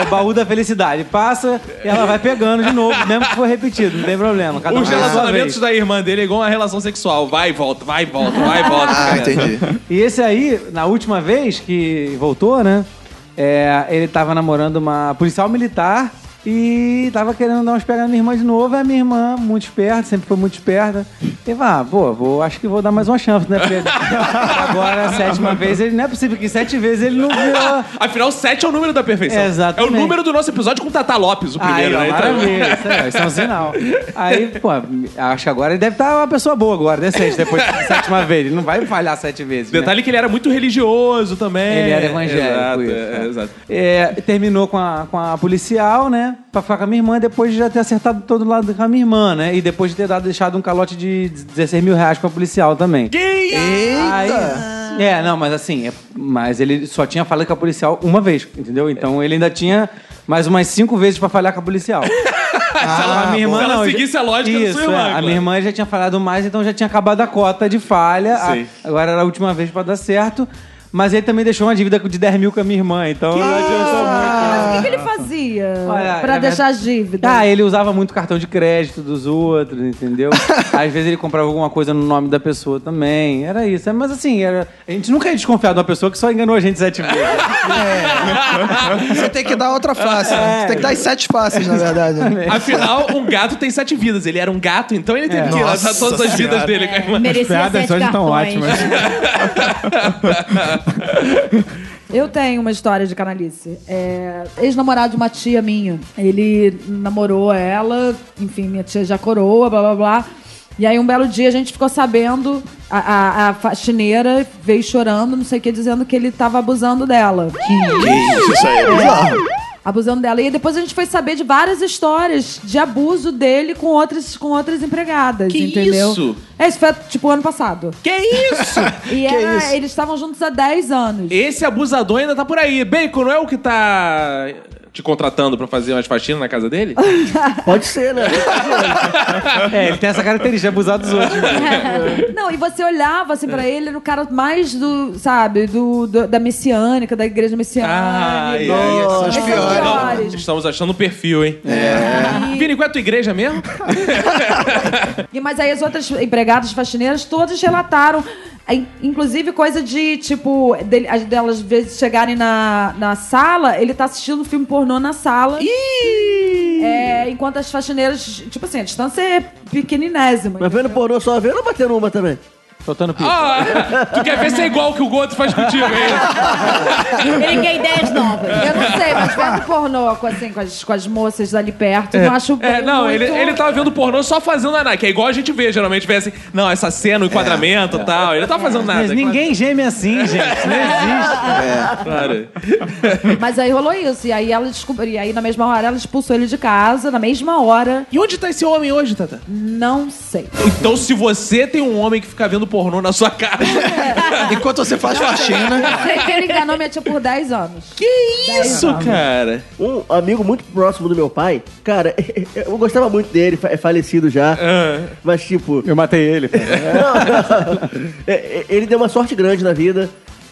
é o baú da felicidade. Passa e ela vai pegando de novo, mesmo que for repetido, não tem problema. Cada um Os faz a sua relacionamentos vez. da irmã dele é igual uma relação sexual. Vai e volta, vai e volta, vai e volta. Ah, cara. E esse aí, na última vez que voltou, né? é, ele tava namorando uma policial militar e tava querendo dar uns pega na minha irmã de novo. E a minha irmã, muito esperta, sempre foi muito esperta. E vai, ah, pô, vou, acho que vou dar mais uma chance, né? Porque agora, a sétima vez, ele não é possível que sete vezes ele não virou. Afinal, 7 é o número da perfeição. Exatamente. É o número do nosso episódio com o Tata Lopes, o primeiro, aí, né? ó, maravilha, isso, é, isso é um sinal. Aí, pô, acho que agora ele deve estar uma pessoa boa agora, decente, depois da sétima vez. Ele não vai falhar sete vezes. né? Detalhe que ele era muito religioso também. Ele era Exato, evangélico, isso, é, é. exato. É, terminou com a, com a policial, né? Pra ficar com a minha irmã, depois de já ter acertado todo lado com a minha irmã, né? E depois de ter dado, deixado um calote de 16 mil reais pra policial também. Que Ah. Aí, é, não, mas assim, é- mas ele só tinha falado com a policial uma vez, entendeu? Então ele ainda tinha mais umas cinco vezes pra falhar com a policial. Ah, ela- se ela seguisse a lógica da isso, sua irmã, é, A claro. minha irmã já tinha falhado mais, então já tinha acabado a cota de falha. A- Sim. agora era a última vez pra dar certo. Mas ele também deixou uma dívida de 10 mil com a minha irmã, então não adiantou Ah. muito. Mas o que, que ele fazia Olha, pra é deixar as verdade. dívidas? Ah, ele usava muito cartão de crédito dos outros, entendeu? Às vezes ele comprava alguma coisa no nome da pessoa também. Era isso. Mas assim, era... a gente nunca é desconfiado de uma pessoa que só enganou a gente sete vezes. Você tem que dar outra face. né? Você tem que dar as sete faces, na verdade. né? Afinal, um gato tem sete vidas. Ele era um gato, então ele teve É. que tá lançar Nossa todas as vidas Senhora. dele com a irmã. merecia As piadas sete hoje estão cartões. ótimas. Eu tenho uma história de canalice. É, Ex-namorado de uma tia minha. Ele namorou ela, enfim, minha tia já coroa, blá blá blá. E aí um belo dia a gente ficou sabendo, a, a- a faxineira veio chorando, não sei o que, dizendo que ele tava abusando dela. Que isso, isso aí é bizarro. abusando dela. E depois a gente foi saber de várias histórias de abuso dele com outras, com outras empregadas, Que entendeu? isso? É, isso foi tipo ano passado. Que isso? E era- eles estavam juntos há 10 anos. Esse abusador ainda tá por aí. Bacon, não é o que tá te contratando pra fazer umas faxinas na casa dele? Pode ser, né? É, ele tem essa característica, abusar dos outros. Não, e você olhava assim pra ele, era o cara mais do, sabe, do, do- da messiânica, da igreja messiânica. Ai, ai, Nossa, essas esses são os Não, piores. Estamos achando o perfil, hein? É. Vini, qual é a tua igreja mesmo? E, mas aí as outras empregadas faxineiras todas relataram, in- inclusive coisa de, tipo, dele- as- delas às vezes chegarem na, na sala, ele tá assistindo um filme pornô na sala. É, enquanto as faxineiras, tipo assim, a distância é pequeninésima. Mas vendo pornô só vendo ou batendo uma também? Soltando pico. Ah, tu quer ver se é igual que o Goto faz contigo, hein? Ele quer ideias novas. Eu não sei, mas vendo pornô com, assim, com, as, com as moças ali perto, eu não acho É, não, muito- ele, ele tava vendo pornô só fazendo anal, que é igual a gente vê, geralmente vê assim, não, essa cena, o enquadramento e tal. Ele não tava fazendo nada. Mas ninguém geme assim, gente. Isso não existe. É, claro. Mas aí rolou isso. E aí ela descobriu. E aí na mesma hora ela expulsou ele de casa, na mesma hora. E onde tá esse homem hoje, Tata? Não sei. Então, se você tem um homem que fica vendo pornô na sua casa. Enquanto você faz Eu sei que ele enganou minha tia por 10 anos. Que é isso, cara? Um amigo muito próximo do meu pai, cara, eu gostava muito dele, fa- é falecido já. Ah. Mas tipo. Eu matei ele. É, é, ele deu uma sorte grande na vida,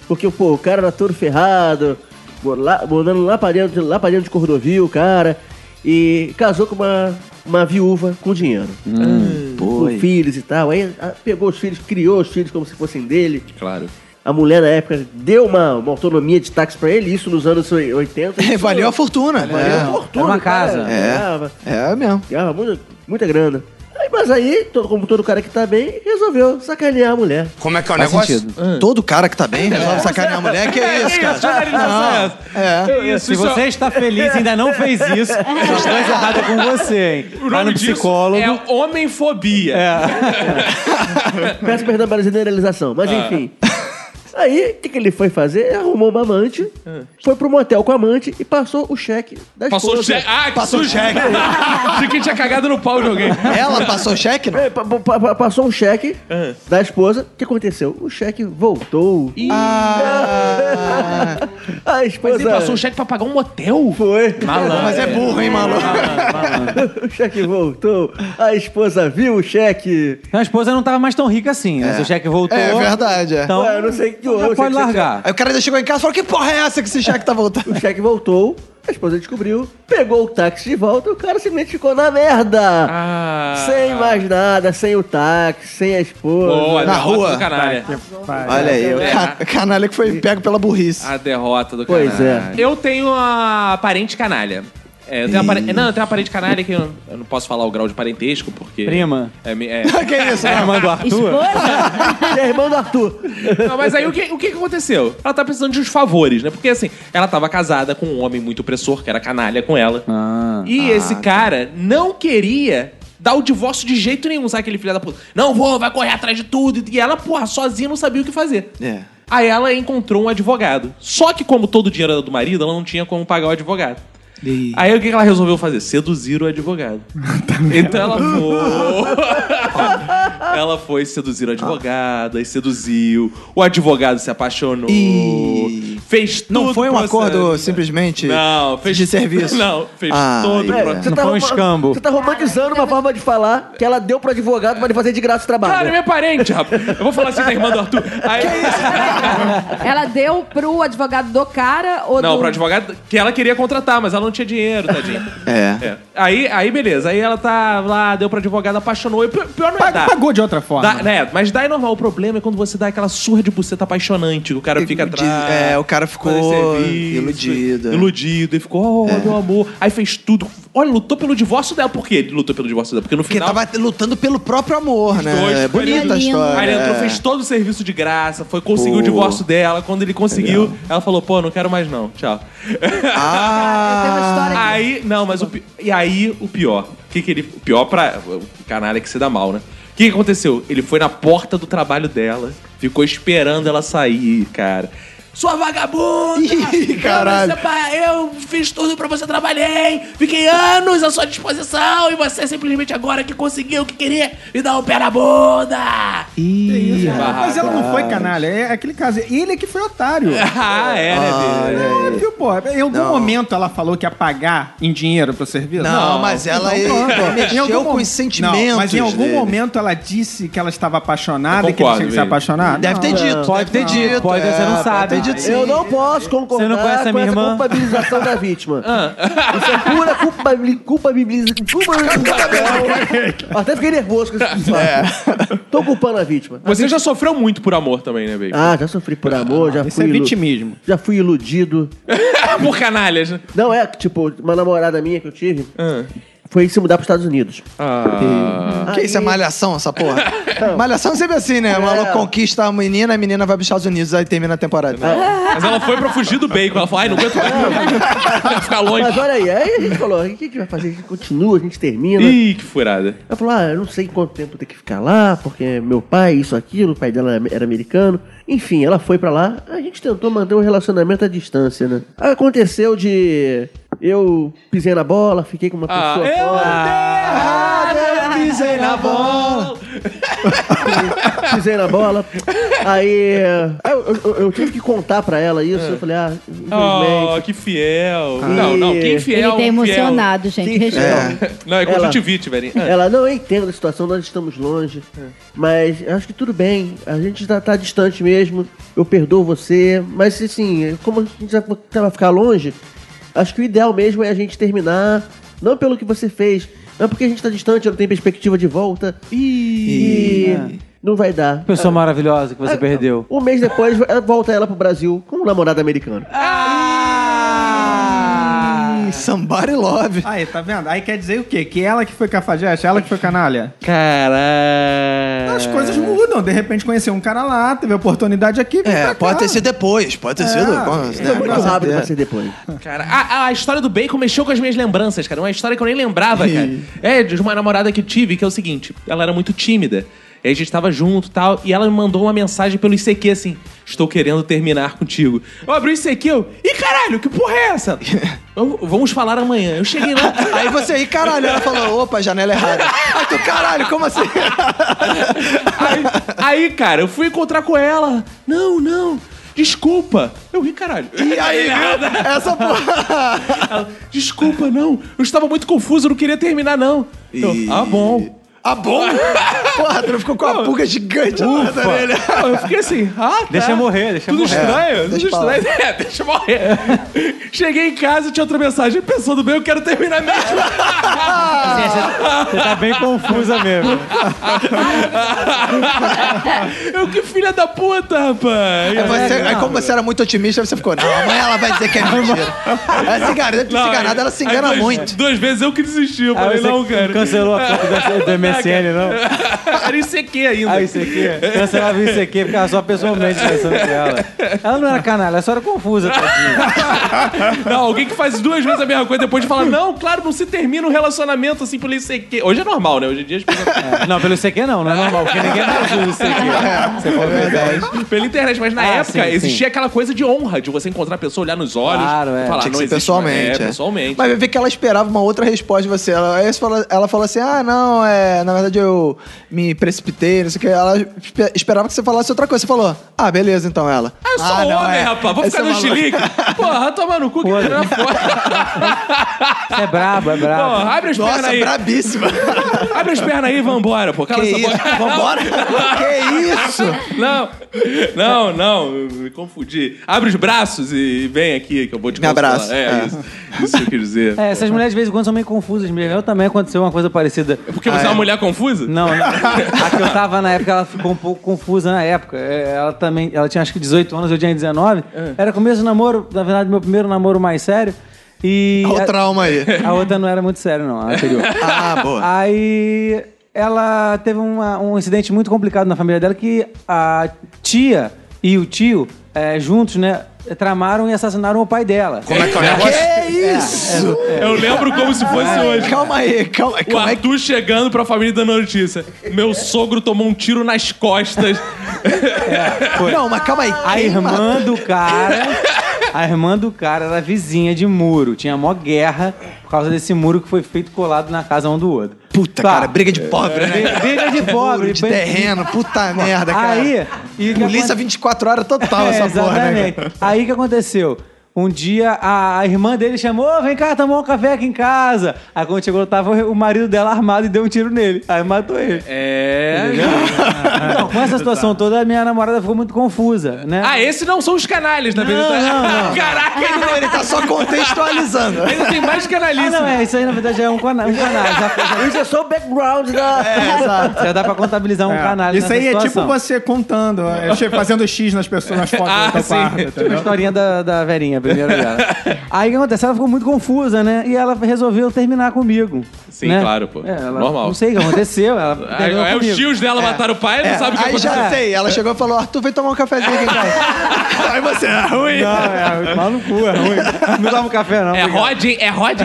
porque pô, o cara era todo ferrado, mor- lá- morando lá pra dentro, lá pra dentro de Cordovil, cara, e casou com uma, uma viúva com dinheiro. Hum. com Foi. filhos e tal. Aí a- pegou os filhos, criou os filhos como se fossem dele. Claro. A mulher na época deu uma, uma autonomia de táxi pra ele, isso nos anos 80. É, valeu a fortuna. Valeu É. a fortuna. Era uma cara. casa. É. Ganhava. É mesmo. Ganhava muita, muita grana. Aí, mas aí, todo- como todo cara que tá bem, resolveu sacanear a mulher. Como é que é o negócio? Todo cara que tá bem resolve sacanear a mulher, que é É isso, isso, cara. generalização é Não, é. Se você está feliz e ainda não fez isso, já estou errada com você, hein? O Vai nome no disso psicólogo. é homemfobia. É. Peço perdão pela generalização, mas Ah. enfim. Aí, o que, que ele foi fazer? Ele Arrumou uma amante, foi pro motel com a amante e passou o cheque da Ah. Passou o esposa. cheque. Ah, que Passou o sujo. Achei que tinha cagado no pau de alguém. cheque, É, não? passou um cheque da esposa. O que aconteceu? O cheque voltou. Ah. a esposa... Mas ele passou um cheque pra pagar um motel? Foi. Malandro. Mas é burro, hein, malandro? É, o cheque voltou. A esposa viu o cheque. Então, A esposa não tava mais tão rica assim, né? É. Seu cheque voltou. É verdade, é. Então, Ué, eu não sei que já houve, pode sei que- tá- largar. Aí o cara ainda chegou em casa e falou: Que porra é essa que esse cheque tá voltando? O cheque voltou, a esposa descobriu, pegou o táxi de volta o cara simplesmente ficou na merda. Ah. Sem mais nada, sem o táxi, sem a esposa. Boa, a derrota do canalha. Olha aí, o ca- canalha que foi pego pela burrice. A derrota do Pois é. canalha. Eu tenho uma parente canalha. É, eu tenho uma pare- Não, eu tenho uma parente canalha que eu, eu não posso falar o grau de parentesco, porque. Prima. É, mi- é... que isso, né? É irmã do Arthur? É irmão do Arthur. Não, mas aí o que, o que que aconteceu? Ela tá precisando de uns favores, né? Porque assim, ela tava casada com um homem muito opressor, que era canalha com ela. E Ah, esse cara não queria dar o divórcio de jeito nenhum, sabe aquele filho da puta? Não vou, vai correr atrás de tudo. E ela, porra, sozinha não sabia o que fazer. É. Aí ela encontrou um advogado. Só que, como todo o dinheiro era do marido, ela não tinha como pagar o advogado. Aí o que que ela resolveu fazer? Seduzir o advogado. Tá então ela foi. ela foi seduzir o advogado, aí seduziu. O advogado se apaixonou. Fez tudo. Não foi um processo. acordo simplesmente Não, fez de serviço. um Não, fez Ah, todo o É, processo. roman- Você tá romantizando uma forma de falar que ela deu pro advogado pra ele fazer de graça o trabalho. Cara, é meu parente, rapaz. Eu vou falar assim da irmã do Arthur. Aí- Ela deu pro advogado do cara ou Não, do... pro advogado que ela queria contratar, mas ela não tinha dinheiro, tadinha. É. Aí, aí, beleza. Aí ela tá lá, deu pro advogado, apaixonou. E pi- pior não é dar. Pagou de outra forma. Dá, né? Mas dá é normal. O problema é quando você dá aquela surra de buceta apaixonante, que o cara fica atrás. É, o cara ficou fazer serviço, iludido. É. Iludido. E ficou, oh, meu amor. Aí fez tudo. Olha, lutou pelo divórcio dela. Por que ele lutou pelo divórcio dela? Porque no Porque final... tava lutando pelo próprio amor, né? Dois, é bonita a história. Aí ele entrou, é. fez todo o serviço de graça, foi conseguiu Pô. o divórcio dela. Quando ele conseguiu, ela falou: pô, não quero mais não, tchau. Ah, aí, não, mas o pi- E aí, o pior. O que, que ele. O pior pra. O canalha que se dá mal, né? O que, que aconteceu? Ele foi na porta do trabalho dela, ficou esperando ela sair, cara. sua vagabunda! Ih, caralho. Eu, sepa- eu fiz tudo pra você, trabalhei, fiquei anos à sua disposição e você simplesmente agora que conseguiu o que queria me dar um pé na bunda! Ih, rapaz. mas ela não foi canalha, é aquele caso. Ele é que foi otário. Ah, é, né, Olha É, porque, pô, em algum Não. momento ela falou que ia pagar em dinheiro pro serviço? Não, mas ela é- pô. ele Em mexeu algum com mo- os sentimentos Não, mas em algum dele. momento ela disse que ela estava apaixonada e que concordo, ele tinha que se velho. apaixonar? Deve ter dito, Pode deve ter dito, Pode, você é, não sabe. pode ter dito sim. Eu não posso concordar Você não conhece a com minha essa irmã? culpabilização da vítima. Ah, Isso é pura culpabili- culpabilização. Culpabilização. Até fiquei nervoso com esse É. fato. Tô culpando a vítima. Você já sofreu muito por amor também, né, Bacon? Ah, já sofri por amor, já isso fui. é ilu- vitimismo. Já fui iludido. por canalhas, né? Ah. Não, é que, tipo, uma namorada minha que eu tive foi se mudar pros Estados Unidos. Ah. Que isso, é malhação essa porra? malhação é sempre assim, né? O maluco conquista a menina, a menina vai pros Estados Unidos, aí termina a É temporada. Mas ela foi pra fugir do bacon. Ela falou, ai, não aguento mais. Ficar longe. Mas olha aí, é aí a gente falou, o que a gente vai fazer? A gente continua, a gente termina. Ih, que furada. Ela falou, ah, eu não sei quanto tempo eu tenho que ficar lá, porque meu pai, isso, aquilo, o pai dela é, era americano. Enfim, ela foi pra lá, a gente tentou manter o relacionamento à distância, né? Aconteceu de... Eu pisei na bola, fiquei com uma Ah, pessoa eu Ah, fora. andei errado, eu pisei na bola. pisei na bola. Aí eu, eu- eu tive que contar pra ela isso. Eu falei, ah, infelizmente. Oh, que fiel. Ah. Não, não, quem é fiel. Ele tá fiel. emocionado, gente. Respeito. Não, é Ela- conjuntivite, velho. Ela, não, eu entendo a situação, nós estamos longe. Mas eu acho que tudo bem. A gente tá, tá distante mesmo. Eu perdoo você. Mas assim, como a gente já vai ficar longe, acho que o ideal mesmo é a gente terminar. Não pelo que você fez, não porque a gente tá distante, eu não tenho perspectiva de volta. E. Não vai dar. Pessoa maravilhosa que você perdeu. Um mês depois, ela- volta ela pro Brasil com um namorado americano. Ah, somebody love. Aí, tá vendo? Aí quer dizer o quê? Que ela que foi cafajeste, ela que foi canalha? é. Caralho. As coisas mudam. De repente conheceu um cara lá, teve oportunidade aqui, veio É, pra pode cá. ter sido depois, pode ter sido. é muito rápido pra ser depois. Cara, a, a história do bacon mexeu com as minhas lembranças, cara. Uma história que eu nem lembrava, cara. É, de uma namorada que eu tive, que é o seguinte: ela era muito tímida. E a gente tava junto e tal, e ela me mandou uma mensagem pelo ICQ assim: Estou querendo terminar contigo. Eu abri o ICQ, eu, ih caralho, que porra é essa? Eu- vamos falar amanhã. Eu cheguei lá. Aí você, aí, caralho, ela falou, opa, janela errada. Aí tu, caralho, como assim? Aí, cara, eu fui encontrar com ela. Não, não. Desculpa. é Eu ri, caralho. E aí, viu? Essa porra. Ela, Desculpa, não. Eu estava muito confuso, eu não queria terminar, não. Eu, ah, bom. Ah, bom? Porra, tu não ficou com a pulga gigante Ufa. na orelha. Eu fiquei assim, ah, tá. Deixa eu morrer, deixa eu tudo morrer. Estranho, É, tudo deixa pra lá. estranho, é, deixa eu morrer. Cheguei em casa, tinha outra mensagem. Pensando bem, eu quero terminar Assim, mesmo. Você tá bem confusa mesmo. eu É que filha da puta, rapaz. É. Aí, É, você- aí como você era muito otimista, você ficou, não, amanhã ela vai dizer que é mentira. Ela se engana, deve ter se Não, enganado, ela se aí engana duas- muito. Duas vezes eu que desisti, eu Ah, falei, você não, cara. cancelou a conta é do- do MSN, não? Era ICQ ainda. Ah, isso aqui. Cancelava isso aqui, ficava só pessoalmente conversando com ela. Ela não era canalha, ela só era confusa, tadinha. Não, alguém que faz duas vezes a mesma coisa depois de falar, não, claro, não se termina um relacionamento assim pelo ICQ. Hoje é normal, né? Hoje em dia as pessoas. Não, pelo ICQ não, não é normal, porque ninguém mais usa isso aqui. Você for verdade. Pela internet, mas na Ah, época sim, sim. existia aquela coisa de honra, de você encontrar a pessoa, olhar nos olhos Claro, é. e falar, Tinha que não ser existe, pessoalmente, É, é. pessoalmente. Mas eu vi que ela esperava uma outra resposta de você. Ela, aí você falou- ela falou assim: ah, não, é, na verdade eu me precipitei, não sei o que. Ela espe- esperava que você falasse outra coisa. Você falou: ah, beleza, então ela. Ah, eu sou "Ah, não, homem, é. rapaz. Vou Esse ficar no maluco." chilique. Porra, toma no cu que tira na fora. É brabo, é brabo. Pô, abre as pernas aí. brabíssima. Abre as pernas aí e vambora, pô. Cala Que essa boca. isso? Vambora? Que isso? Não, não, não. Me confundi. Abre os braços e vem aqui que eu vou te Me consolar. abraça. É, É. Isso, isso que eu quis dizer. É, essas mulheres de vez em quando são meio confusas mesmo. Eu também aconteceu uma coisa parecida. Ah, Porque Ah, você é uma mulher confusa? Não, não. A que eu tava na época, ela ficou um pouco confusa na época. É, Ela também, ela tinha acho que 18 anos, eu tinha 19. Era começo do namoro, na verdade, meu primeiro namoro mais sério. E. Olha o trauma aí. A outra não era muito séria, não, a anterior. Ah, boa. Aí ela teve uma- um incidente muito complicado na família dela que a tia e o tio é, juntos, né? Tramaram e assassinaram o pai dela. Como é que é o negócio? É isso? Eu lembro como se fosse hoje. Calma aí, calma aí. O Arthur chegando pra família dando notícia. Meu sogro tomou um tiro nas costas. Não, mas calma aí. A irmã do cara. A irmã do cara era vizinha de muro. Tinha mó guerra por causa desse muro que foi feito colado na casa um do outro. É, Puta, cara, briga de pobre, né? Briga de pobre. De terreno, puta merda, cara. Aí, e o que Polícia 24 horas total essa É, porra, né? exatamente. cara? Aí o que aconteceu? Um dia a, a irmã dele chamou, "Ô, vem cá tomar um café aqui em casa. Aí quando chegou, tava o o marido dela armado e deu um tiro nele. Aí matou ele. É. Então, com essa situação toda, a minha namorada ficou muito confusa, né? Ah, esse não são os canalhas, na verdade. não, não. Caraca, ele Não, ele tá só contextualizando. Ainda tem mais é. Ah, canalista. não, é, isso aí na verdade já é um canal. Um canal já, Isso é só o background da. É, exato. já dá pra contabilizar um É, canal. Isso aí é tipo situação. você contando, é, che- fazendo X nas pessoas, nas fotos Ah, da tua sim. parda, Tipo a entendeu? historinha da, da Verinha, primeiro dela. Aí o que aconteceu? Ela ficou muito confusa, né? E ela resolveu terminar comigo. Sim, né? claro, pô. É, ela- Normal. Não sei o que aconteceu. Ela Aí, terminou aí os comigo. tios dela mataram o pai, não É, sabe o que aí aconteceu. já sei. Ela chegou e falou: Arthur, vem tomar um cafezinho aqui em casa. aí você, "Ah, é ruim. Não, é mal no cu, é ruim. Não dava um café, não. É obrigado. Rod, hein? É Rod.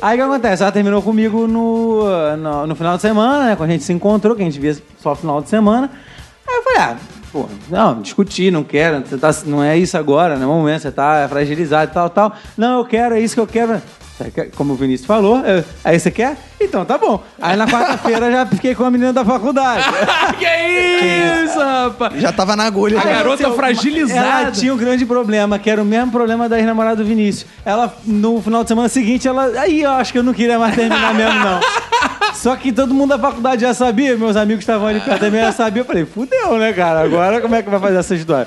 Aí o que acontece? Ela terminou comigo no, no, no final de semana, né? Quando a gente se encontrou, que a gente via só final de semana. Aí eu falei, ah, pô, não, discutir, não quero, você tá- não é isso agora, não é o momento, você tá fragilizado e tal, tal. Não, eu quero, é isso que eu quero. Você quer- Como o Vinícius falou, eu- aí você quer? Então tá bom. Aí na quarta-feira eu já fiquei com a menina da faculdade. É. que isso, rapaz. Já tava na agulha. A já. garota Ela fragilizada. tinha um grande problema, que era o mesmo problema da ex-namorada do Vinícius. Ela, no final de semana seguinte, ela. Aí eu acho que eu não queria mais terminar mesmo, não. Só que todo mundo da faculdade já sabia, meus amigos que estavam ali perto também já sabiam. Eu falei, fudeu, né, cara? Agora como é que vai fazer essa história?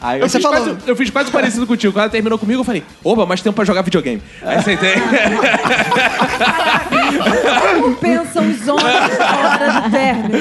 Aí Eu eu fiz um fiz, falou- quase, eu fiz quase parecido contigo. Quando ela terminou comigo, eu falei, oba, mais tempo pra jogar videogame. Aí sentei. Como pensam os homens na hora do término?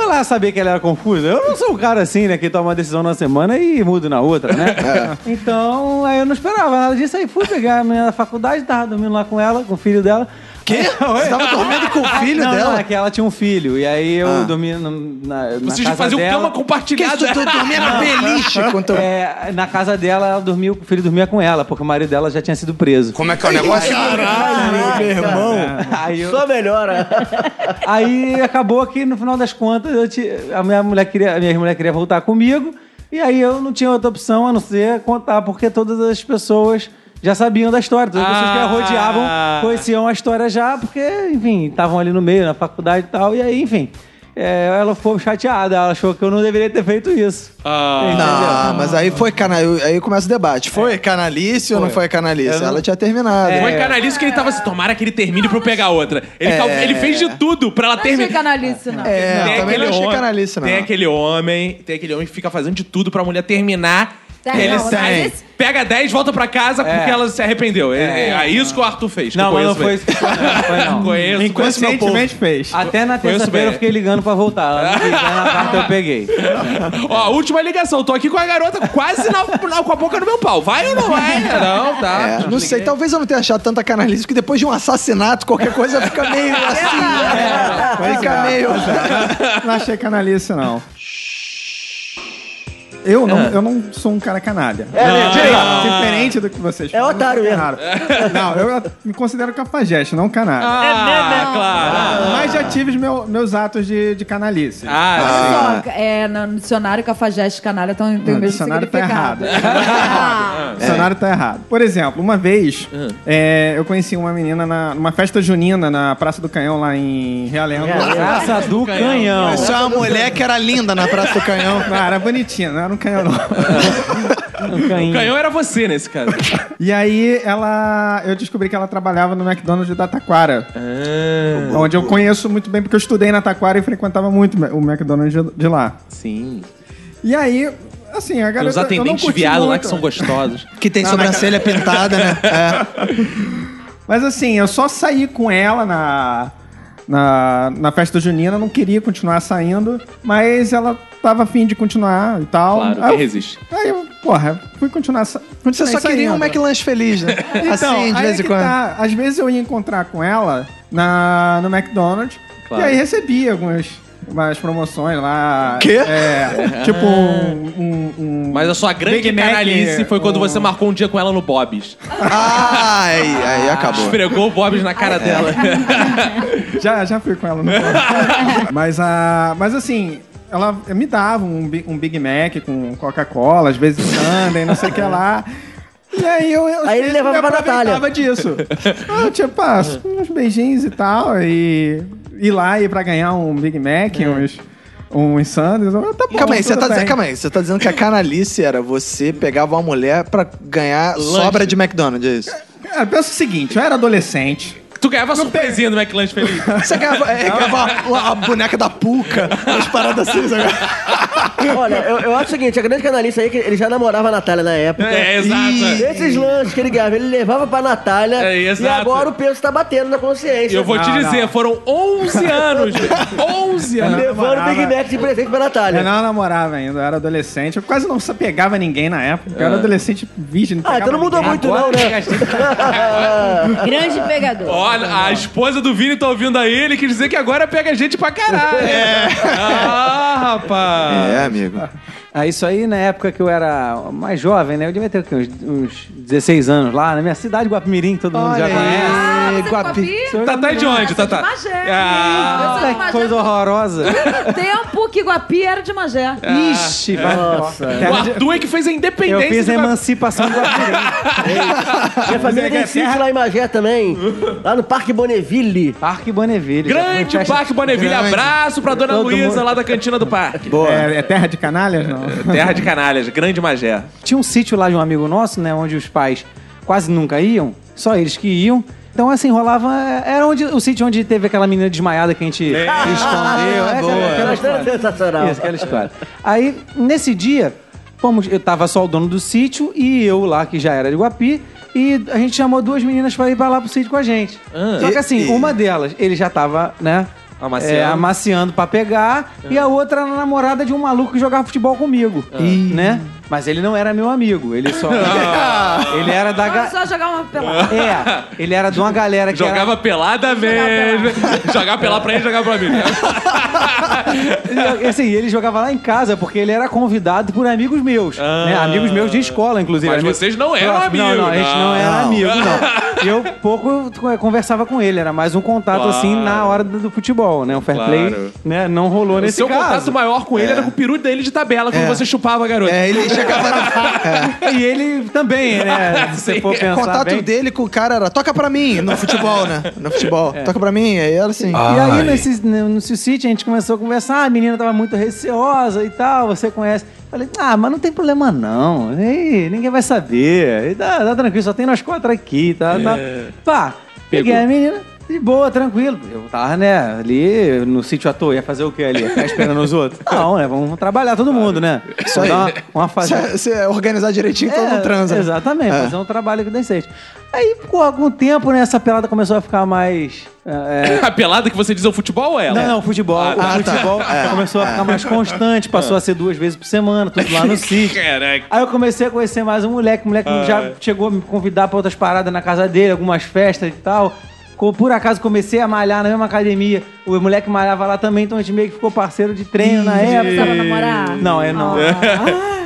eu lá saber que ela era confusa. Eu não sou um cara assim, né, que toma uma decisão na semana e mudo na outra, né? É. Então, aí eu não esperava nada disso. Aí fui pegar a menina da faculdade, tava dormindo lá com ela, com o filho dela. Quê? Você tava dormindo com o filho não, Não, dela? é que ela tinha um filho. E aí eu Ah. é dormia no- na, na Vocês casa faziam dela. cama Que isso, compartilhada. tu, tu dormia na beliche com teu. É, na casa dela, ela dormia, o filho dormia com ela, porque o marido dela já tinha sido preso. Como é um que é o negócio? Caralho, meu irmão. Aí, eu- Só melhora. aí acabou que no final das contas eu ti- a minha mulher queria, a minha mulher queria voltar comigo, e aí eu não tinha outra opção a não ser contar, porque todas as pessoas já sabiam da história, todas as pessoas que Ah. a rodeavam conheciam a história já, porque, enfim, estavam ali no meio, na faculdade e tal, e aí, enfim. é, ela ficou chateada, ela achou que eu não deveria ter feito isso. Ah, Não, ah, mas aí foi canal. Aí começa o debate. Foi canalice ou não foi canalice? Ela tinha terminado. É. Foi canalista que ele tava se tomara que ele termine pra eu pegar outra. Ele, cal- ele É. fez de tudo pra ela Não achei terminar. canalice, não. É, Tem também aquele não achei homem- canalice, não. Tem aquele homem, tem aquele homem que fica fazendo de tudo pra mulher terminar. Tem, que ele não, sai, mas esse- pega 10, volta pra casa porque ela se arrependeu. É, é isso que o Arthur fez. que Não, eu mas não conheço foi bem. isso. que foi, Não, foi Conheço, não. conheço meu povo. Inconscientemente fez. Até na Conheço terça-feira eu bem. fiquei ligando pra voltar. Ela não quis, aí na quarta eu peguei. Ó, última ligação. Tô aqui com a garota quase na, na- com a boca no meu pau. Vai ou não vai? Não, tá. É, não sei, talvez eu não tenha achado tanta canalice, porque depois de um assassinato, qualquer coisa fica meio É assim, né? Fica meio. Não achei canalice, não. Eu não, É. eu não sou um cara canalha. É, Diferente do que vocês falam, eu não sou otário mesmo. canalha. Não, eu me considero capageste, não canalha. Ah, claro. Mas já tive os meu- meus atos de, de canalice. Ah, Olha Só, é, no dicionário cafajeste e canalha tão, tem Não, o o mesmo dicionário tá significado. errado. O dicionário tá errado. Por exemplo, uma vez é, eu conheci uma menina na, numa festa junina na Praça do Canhão, lá em Realengo. É, Praça do canhão. Isso é uma mulher que era linda na Praça do Canhão. Não, era bonitinha, não era um canhão, não. Do o canhão. canhão era você nesse caso. E aí ela. Eu descobri que ela trabalhava no McDonald's da Taquara. Onde eu conheço muito bem, porque eu estudei na Taquara e frequentava muito o McDonald's de- de lá. Sim. E aí, assim, a Tem galera. uns atendentes viado lá que são gostosos. Que tem sobrancelha pintada, né? É. Mas assim, eu só saí com ela na, na, na festa junina, não queria continuar saindo, mas ela tava afim de continuar e tal. Ah, Claro, aí quem eu, resiste? Aí eu, porra, fui continuar. sa- Você continuei só queria um saindo. McLanche feliz, né? Então, assim, de aí vez é em que quando. tá. Às vezes eu ia encontrar com ela na, no McDonald's Claro. e aí recebia alguns. umas promoções lá. Quê? É, tipo um, um- um Mas a sua grande Big é Mac, canalice foi quando você marcou um dia com ela no Bob's. Ah, aí, aí acabou. É. Esfregou o Bob's na cara dela. Já, já fui com ela no Copa. mas, a, mas assim, ela me dava um, Bi- um Big Mac com Coca-Cola, às vezes Sunday, não sei o que lá. E aí eu, eu Aí ele levava eu pra Natália. aproveitava disso. Eu, tipo, ah, uns beijinhos e tal, e ir lá e pra ganhar um Big É. Mac, uns, uns Sundays. eu, Tá bom, Calma aí, você tudo tá, dizendo, bem. calma aí, você tá dizendo que a canalice era você pegava uma mulher pra ganhar sobra de McDonald's, é isso? Cara, pensa o seguinte, eu era adolescente. Tu ganhava surpresinha do McLanche Feliz. Você ganhava, é, ganhava a, a boneca da Puca, as paradas assim. sabe? Olha, eu, eu acho o seguinte, a grande canalista aí, é que ele já namorava a Natália na época. É, exato. E esses lanches que ele ganhava, ele levava pra Natália. É, e exato. agora o peso tá batendo na consciência. Eu vou assim. te dizer, foram 11 anos. 11 anos. Levando o Big Mac de presente pra Natália. Eu não namorava ainda, eu era adolescente. Eu quase não sa- pegava ninguém na época. Eu era Ah. adolescente virgem. não Ah, então pegava não mudou ninguém. muito Agora não, eu né? Grande pegador. Olha, a esposa do Vini tá ouvindo aí, ele quer dizer que agora pega gente pra caralho. É. Ah, rapaz. É, amigo. Ah, isso aí na época que eu era mais jovem, né? Eu devia ter o quê? Uns, uns 16 anos lá, na minha cidade, Guapimirim, que todo mundo já Ah, conhece. Guapi... Tatá é de onde, Tatá? Ah. Eu sou de Magé. Que coisa horrorosa. O tempo que Guapi era de Ah. Magé. É. Ixi, vai. Nossa. O Arthur é que fez a Eu independência. fiz a de- Ah, emancipação do Guapirim. Minha família tem sítio lá em Magé também. Lá no Parque Bonneville. Parque Bonneville. Grande Parque Bonneville. Abraço pra dona Todo Luísa mundo. lá da cantina do parque. É, é terra de canalhas, não? É, Terra de canalhas, grande magé. Tinha um sítio lá de um amigo nosso, né? Onde os pais quase nunca iam, só eles que iam. Então, assim, rolava. Era onde, o sítio onde teve aquela menina desmaiada que a gente escondeu. É, É. Ah, boa. aquela- aquela história. Sensacional. Isso, aquela história. Aí, nesse dia, fomos, eu tava só o dono do sítio e eu lá, que já era de Guapi, e a gente chamou duas meninas pra ir pra lá pro sítio com a gente. Só que assim, E- e- uma delas, ele já tava, né? Amaciando. É. é, amaciando pra pegar, e a outra era namorada de um maluco que jogava futebol comigo. Né? Mas ele não era meu amigo, ele só. Ah. ele era da. Vamos Ga... Então é só jogar uma pelada. É, ele era de uma galera que era- Jogava pelada mesmo. Jogava pelada pra ele, jogava pra mim. E, assim, ele jogava lá em casa porque ele era convidado por amigos meus. né? Amigos meus de escola, inclusive. Ah. Mas Amigos- vocês não eram Próximo. Não, não, a amigos, gente não era não. amigo, não. E eu pouco co- conversava com ele, era mais um contato Claro. assim na hora do do futebol, né? O fair play Claro. né? não rolou O nesse seu caso. É. contato maior com ele era com o peru dele de tabela, quando você chupava a garota. É, ele chegava E ele também, né? Se você for pensar O contato bem. dele com o cara era toca pra mim no futebol, né? No futebol. Toca pra mim, aí era assim. É. E aí, nesse, nesse sítio, a gente começou a conversar. Ah, a menina tava muito receosa e tal, você conhece. Falei, ah, mas não tem problema não. Ei, ninguém vai saber. E tá, tá tranquilo, só tem nós quatro aqui, tá? É. tá. Pá, peguei Pegou. a menina, de boa, tranquilo. Eu tava, né, ali no sítio à toa, ia fazer o quê ali? Ia Ficar esperando os outros? Não, né, vamos trabalhar todo mundo, né? Isso aí. Dar Uma, uma fase... Se, se organizar direitinho, todo mundo transa. É, Exatamente, É. fazer um trabalho que dê certo. Aí, com algum tempo, né, essa pelada começou a ficar mais... é, A pelada que você diz é o futebol ou ela? não, não, futebol. Ah, o tá. futebol é. Ah, tá. começou a ficar Ah. mais constante, passou a ser duas vezes por semana, tudo lá no sítio. Caraca. Aí eu comecei a conhecer mais um moleque, o moleque Ah. é. já chegou a me convidar pra outras paradas na casa dele, algumas festas e tal. Co- Por acaso comecei a malhar na mesma academia, o moleque malhava lá também, então a gente meio que ficou parceiro de treino na Precisava época. namorar? Não, é não.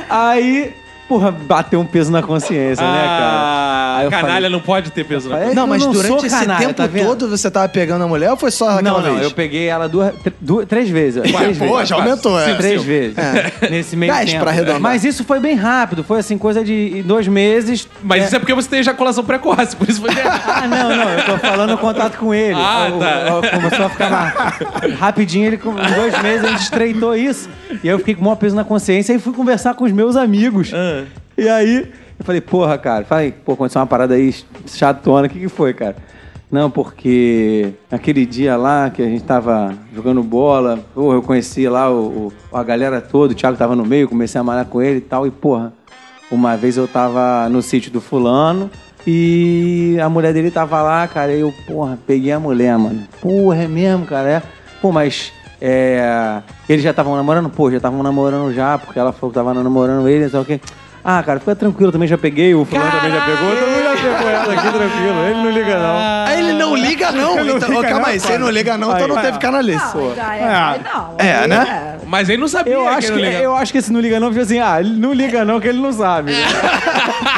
Ah, Aí, porra, bateu um peso na consciência, né, cara? Ah, Aí eu canalha falei, não pode ter peso na Falei, consciência. Não, mas Eu não durante sou esse canalha, tempo tá vendo? todo você tava pegando a mulher ou foi só aquela Não, não, vez? eu peguei ela duas, tr- duas- três vezes. Ué, três pô, vezes. já aumentou, é. Três Sim. vezes. É. Nesse meio Dez tempo. pra arredondar. Mas isso foi bem rápido, foi assim, coisa de dois meses. né? Mas isso é porque você tem ejaculação precoce, por isso foi Ah, não, não, eu tô falando o contato com ele. Ah, O- tá. o- o- começou a ficar mais... rapidinho, ele com em dois meses, a gente estreitou isso. E aí eu fiquei com o maior peso na consciência e fui conversar com os meus amigos. Ah. E aí eu falei, porra, cara, falei, pô, aconteceu uma parada aí chatona, o que, que foi, cara? Não, porque aquele dia lá que a gente tava jogando bola, pô, eu conheci lá o, o- a galera toda, o Thiago tava no meio, comecei a malhar com ele e tal, e porra, uma vez eu tava no sítio do fulano e a mulher dele tava lá, cara, e eu, porra, peguei a mulher, mano. Porra, é mesmo, cara, é. Pô, mas é, eles já estavam namorando? Pô, já estavam namorando já, porque ela falou que tava namorando ele, então o quê? Ah, cara, fica tranquilo, eu também já peguei, o fulano também já pegou, todo mundo já pegou ela aqui, tranquilo, ele não liga não. Aí ele não Ah, não liga, não. Então, ô, calma aí, você não liga, não, então não teve canalice. Ah, já é, É. aí não. É, aí né? Mas ele não sabia eu que acho ele não liga. Eu acho que esse não liga não, porque assim, ah, ele não liga não que ele não sabe. né?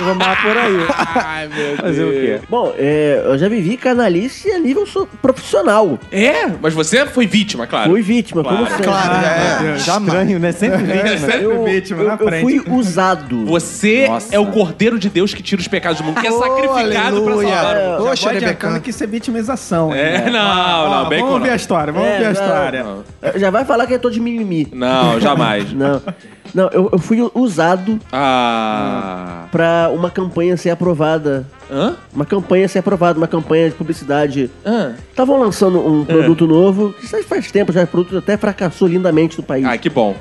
Vamos por aí. Ai, meu Fazer o quê? Bom, é, eu já vivi canalice a nível so- profissional. É? Mas você foi vítima, claro. Fui vítima, Claro. como sempre. Ah, Claro, é. meu Deus. Ah, Estranho, né? Sempre vítima. É, sempre eu, vítima, eu, na frente. Eu fui um usado. Você é o cordeiro de Deus que tira os pecados do mundo, que é sacrificado pra salvar o mundo. Poxa, Já pode adiantando que isso é vitimização. É, né? não, Ó, Ah, ó, não, bem Vamos com ver não. a história, vamos É, ver a não. história. Já vai falar que eu tô de mimimi. Não, jamais. não. Não, eu, eu fui usado Ah. pra uma campanha ser aprovada. Hã? Uma campanha ser aprovada, uma campanha de publicidade. Hã? Estavam lançando um produto novo. Isso aí faz tempo já, o produto até fracassou lindamente no país. Ah, que bom.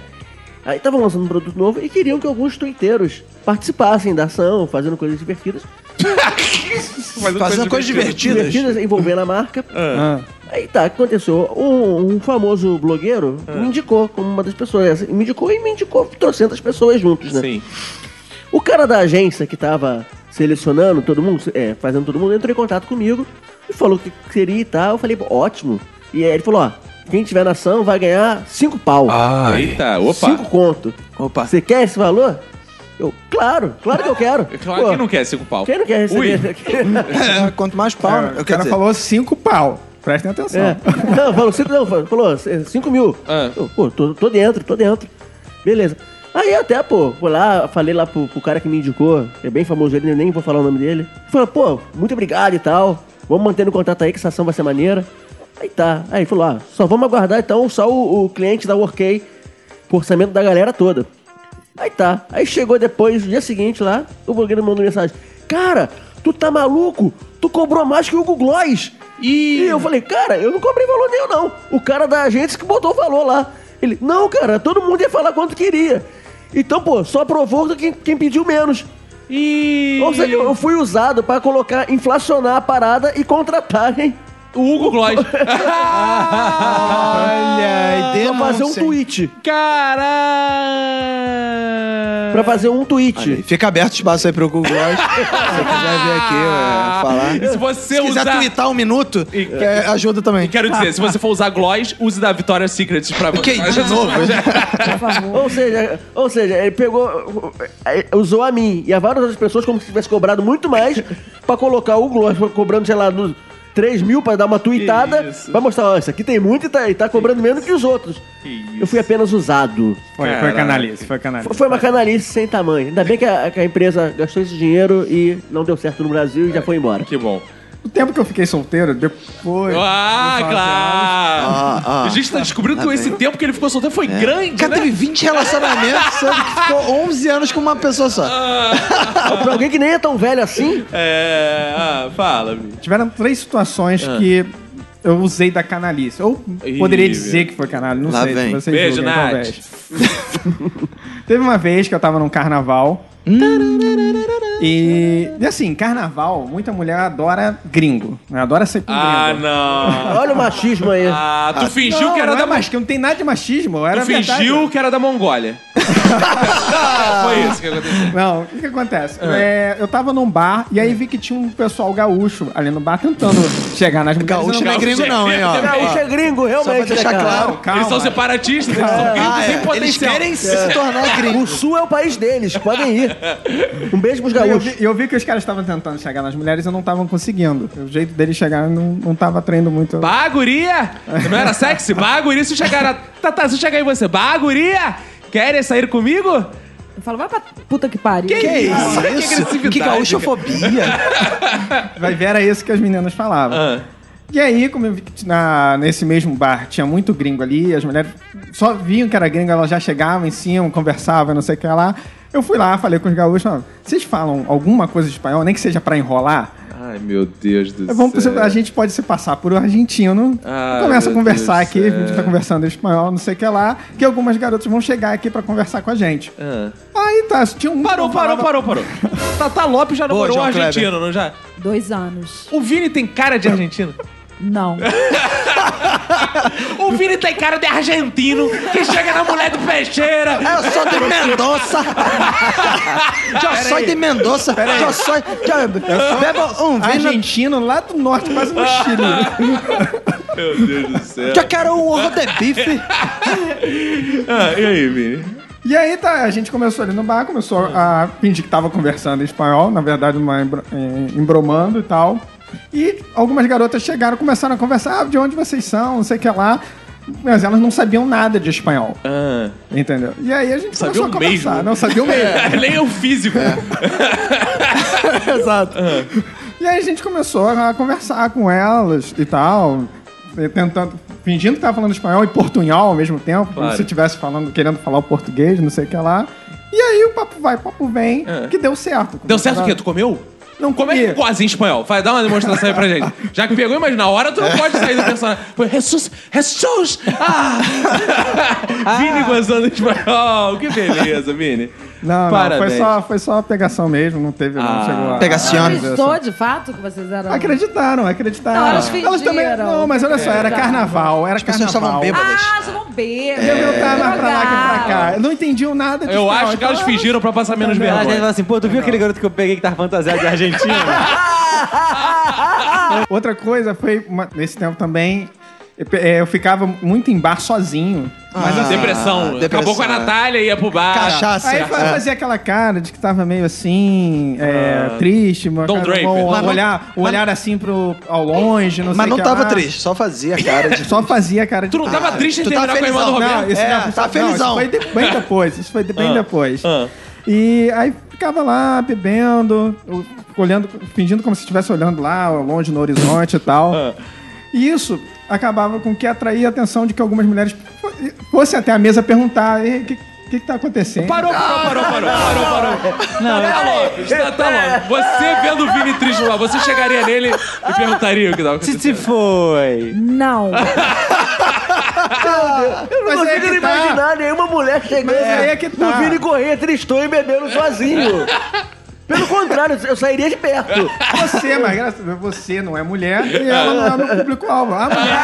Aí estavam lançando um produto novo e queriam que alguns tuiteiros participassem da ação, fazendo coisas divertidas. Fazendo coisas coisas divertidas. Divertidas envolvendo a marca. Ah. Aí tá, o que aconteceu? Um, um famoso blogueiro Ah. me indicou como uma das pessoas. assim, Me indicou e me indicou trocentas pessoas juntos, né? Sim. O cara da agência que tava selecionando todo mundo, é, fazendo todo mundo, entrou em contato comigo e falou o que seria e tal. Eu falei, "Pô, ótimo. E aí ele falou, ó, quem tiver na ação vai ganhar cinco pau. Ai. Eita, opa. Cinco conto. Opa. Você quer esse valor? Eu, claro, claro que eu quero. É Claro, Pô, quem não quer cinco pau? Quem não quer receber? Ui. Quanto mais É, o cara falou cinco pau. Prestem atenção. É. Não, falou cinco, não, falou- falou cinco mil. Eu, pô, tô, tô dentro, tô dentro. Beleza. Aí eu até, pô, fui lá, falei lá pro, pro cara que me indicou, é bem famoso ele, nem vou falar o nome dele. Falei, pô, muito obrigado e tal. Vamos mantendo o contato aí, que essa ação vai ser maneira. Aí tá. Aí falou, ah, só vamos aguardar então só o, o cliente da Workay, com o orçamento da galera toda. Aí tá. Aí chegou depois, no dia seguinte lá, o blogueiro mandou mensagem. Cara, tu tá maluco? Tu cobrou mais que o Google Gloss. E... eu falei, cara, eu não cobrei valor nenhum, não. O cara da agência que botou o valor lá. Ele, não, cara, todo mundo ia falar quanto queria. Então, pô, só aprovou quem, quem pediu menos. E... Ou seja, eu fui usado pra colocar, inflacionar a parada e contratarem... O Hugo Gloss. Ah, Olha, ideia. Pra fazer um tweet. Caralho! É. Pra fazer um tweet. Fica aberto espaço aí pro Google Voice. Se você quiser vir aqui Ah, é, falar. E se você Se quiser usar- tweetar um minuto, é, ajuda também. E quero dizer, se você for usar Gloss, use da Victoria's Secret pra Que de novo? Ou seja, ou seja, ele pegou. eh, Usou a mim e a várias outras pessoas como se tivesse cobrado muito mais pra colocar o Gloss, cobrando, sei lá, no 3 mil pra dar uma tuitada. Pra mostrar, ó, isso aqui tem muito e tá, e tá cobrando menos que os outros. Eu fui apenas usado. Foi, foi canalice, foi canalice. Foi uma canalice sem tamanho. Ainda bem que a, que a empresa gastou esse dinheiro e não deu certo no Brasil e já foi embora. Que bom. O tempo que eu fiquei solteiro, depois. Ah, Depois- claro! Ah, ah. a gente tá descobrindo que Tá esse bem. tempo que ele ficou solteiro um foi É. grande, Cara, né? teve 20 relacionamentos, sendo que ficou 11 anos com uma pessoa só. Ah. pra alguém que nem é tão velho assim. É. Ah, fala, bicho. Tiveram três situações Ah. que eu usei da canalice. Ou Ih, poderia velho. dizer que foi canalice, não Lá sei. vem. Vocês Beijo, julguem, Nath. talvez. Teve uma vez que eu tava num carnaval. Hum. E, e assim, carnaval, muita mulher adora gringo. né? Adora ser com Ah, gringo. não. Olha o machismo aí. Ah, tu fingiu não, que era não da é machismo, não tem nada de machismo. Era Tu fingiu verdade. que era da Mongólia. Ah, foi isso que aconteceu. Não, o que, que acontece? Ah. É, eu tava num bar e aí vi que tinha um pessoal gaúcho ali no bar tentando chegar nas mulheres. Gaúcho não é gringo não, hein, ó. Gaúcho é gringo, realmente. pra deixar né, cara? claro. Eles são separatistas, eles são gringos Ah, é. sem potencial. Eles querem se tornar gringo. O sul é o país deles, podem ir. Um beijo pros E eu, gaúchos. vi, eu vi que os caras estavam tentando chegar nas mulheres e não estavam conseguindo. O jeito deles chegar não, não tava atraindo muito. Baguria! Não era sexy? Baguria, se chegar na... Tá, tá, se chegar em você. Baguria! Querem sair comigo? Ah. Eu falo, vai pra puta que pariu. Que isso? Que é agressividade, Que gaúchofobia. Vai ver, era isso que as meninas falavam. Ah. E aí, como eu vi que na- nesse mesmo bar tinha muito gringo ali, as mulheres só viam que era gringo, elas já chegavam em cima, conversavam, não sei o que lá. Eu fui lá, falei com os gaúchos, "Ó, vocês falam alguma coisa de espanhol, nem que seja pra enrolar? Ai, meu Deus do É, Vamos, céu. a gente pode se passar por um argentino. Ah, começa a meu conversar Deus aqui, do a gente céu. tá conversando em espanhol, não sei o que lá, que algumas garotas vão chegar aqui pra conversar com a gente. Aí tá, tinha um. Parou, parou, parou, parou. Tata Lopes já namorou um João Kleber. argentino, não já? Dois anos. O Vini tem cara de argentino? Não. O Vini tem cara de argentino que chega na mulher do peixeira. Eu sou de Mendonça. Eu sou de Mendonça. Eu sou. Eu bebo um vinho. Argentino lá do norte, quase no Chile. Meu Deus do céu. Eu quero um ovo de bife. Ah, e aí, Vini? E aí tá, a gente começou ali no bar, começou a fingir que tava conversando em espanhol, na verdade, uma embro- eh, embromando e tal. E algumas garotas chegaram, começaram a conversar, ah, de onde vocês são, não sei o que lá. Mas elas não sabiam nada de espanhol. Ah. Entendeu? E aí a gente Sabia começou a o mesmo. né? É, conversar. Não, sabia o mesmo. É. Nem o físico. Exato. Ah. E aí a gente começou a conversar com elas e tal, e tentando, fingindo que tava falando espanhol e portunhol ao mesmo tempo, como Claro. se estivesse falando, querendo falar o português, não sei o que lá. E aí o papo vai, papo vem, que deu certo. Ah. Deu certo o quê? Tu comeu? Não Como é que quase em espanhol? Vai dar uma demonstração aí pra gente. Já que pegou, mas na hora tu não pode sair do personagem. Foi Jesus, Jesus! Ah! Vini gozando em espanhol. Que beleza, Vini. Ah, Não, não foi, Parabéns. Ah. só, foi só pegação mesmo, não teve, não chegou a... Ah, Acreditou de fato que vocês eram. Acreditaram, acreditaram. Não, elas Elas também. fingiram. Não, mas olha só, era Tá. carnaval, era Ah, carnaval. estavam bêbadas. Eu tava mais pra lá que pra cá. Eu não entendiam nada de Eu espanhol, acho que então elas fingiram pra passar menos Ela fala vergonha. assim, pô, tu viu aquele garoto que eu peguei que tava fantasiado de argentino? Ah! Outra coisa foi, uma- nesse tempo também, eu, pe- eh, eu ficava muito em bar sozinho. Ah, Mas assim, depressão. Ah, depressão, Acabou com a é. Natália, ia pro bar. Aí eu É. fazia aquela cara de que tava meio assim, eh, Ah. triste, uma Don cara- Draper. um Mas não- olhar, um olhar assim pro, ao longe, não Mas sei o não que tava lá. triste, só fazia cara de- Só fazia cara de Tu não tava triste. triste em Tu tava terminar com a irmã do felizão. Roberto? Não, isso É, não, tava não, isso felizão. foi de- bem depois, isso foi de- bem Ah. depois. E aí ficava lá bebendo, eu- olhando, fingindo como se estivesse olhando lá longe no horizonte e tal. Ah. E isso acabava com que atraía a atenção de que algumas mulheres fo- fossem até a mesa perguntar: "E, o que, que, que tá acontecendo? Parou, parou, parou, parou, parou, parou. Não, tá Lopes, tá, tá Lopes. Você vendo o Vini triste lá, você chegaria nele e perguntaria o que tava acontecendo. Se foi. Não. Eu não Mas aí consigo que nem tá. imaginar nenhuma mulher chegando Mas aí é que tá. no Vini Corrêa, tristou e bebendo sozinho. Pelo contrário, eu sairia de perto. Você, mas graças a Deus, você não é mulher e ela não é meu público-alvo. Há mulheres.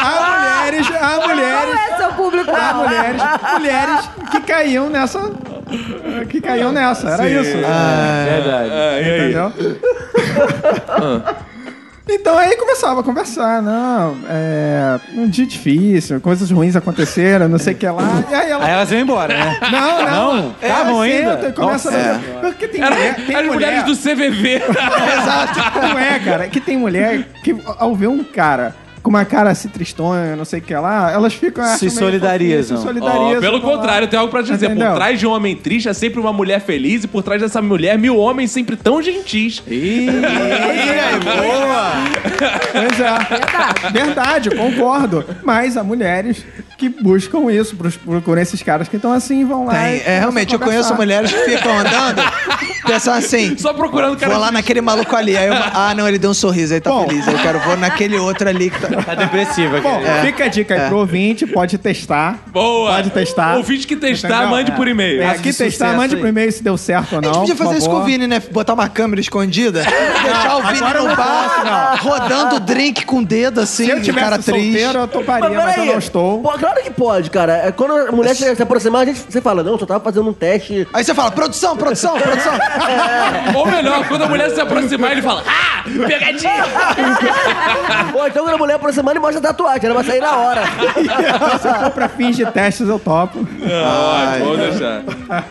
Há mulheres. Há mulheres. Qual é seu público? Há mulheres. Mulheres que caíam nessa. Que caíam nessa. Era Sim. isso. Ah, verdade. Ah, e aí? Entendeu? Então aí começava a conversar, não, é. Um dia difícil, coisas ruins aconteceram, não sei o que lá. E aí ela. Aí elas iam embora, né? Não, não. Não? É, Estavam senta ainda? e Começa Nossa. a fazer- Porque tem Era- mulher. Tem As mulheres mulher- do CVV. Exato. Não é, cara. É Que tem mulher que, ao ver um cara com uma cara assim tristonha, não sei o que lá, elas ficam... acham Se meio solidarizam. fofinho, Se solidarizam. Ó, pelo falam, contrário, tem algo pra te dizer. Entendeu? Por trás de um homem triste é sempre uma mulher feliz e por trás dessa mulher mil homens sempre tão gentis. Pois é. Verdade, eu concordo. Mas há mulheres que buscam isso, pros- procuram esses caras que estão assim, vão lá... Tem, e é, começam a realmente, eu conversar. conheço mulheres que ficam andando, pensando assim. Só procurando cara Vou lá triste. naquele maluco ali. Aí eu, ah, não, ele deu um sorriso, aí tá feliz. Aí eu quero, vou naquele outro ali que tá. Tá depressiva. Bom, É. fica a dica aí pro ouvinte, pode testar. Boa. Pode testar. Ouvinte que testar, Tá. Entendeu? mande por e-mail. É, Caso que de testar, sucesso mande aí. por e-mail se deu tá certo ou não. A gente podia por fazer isso com o favor. Vini, né? Botar uma câmera escondida, deixar o Vini agora eu no não posso, bar, é não. rodando o drink com o dedo, assim, Se eu de tivesse cara triste. solteiro, eu toparia, mas, Mas eu peraí, não estou. pô, claro que pode, cara. É, Quando a mulher chega, se aproximar, a gente, você fala, não, só tava fazendo um teste. Aí você fala, produção, produção, produção. Ou melhor, quando a mulher se aproximar, ele fala: Ah, pegadinha! Ou então quando a mulher aproximar, ele mostra a tatuagem, ela vai sair na hora. Se for pra fins de testes, eu topo. Ah, ótimo, vamos deixar.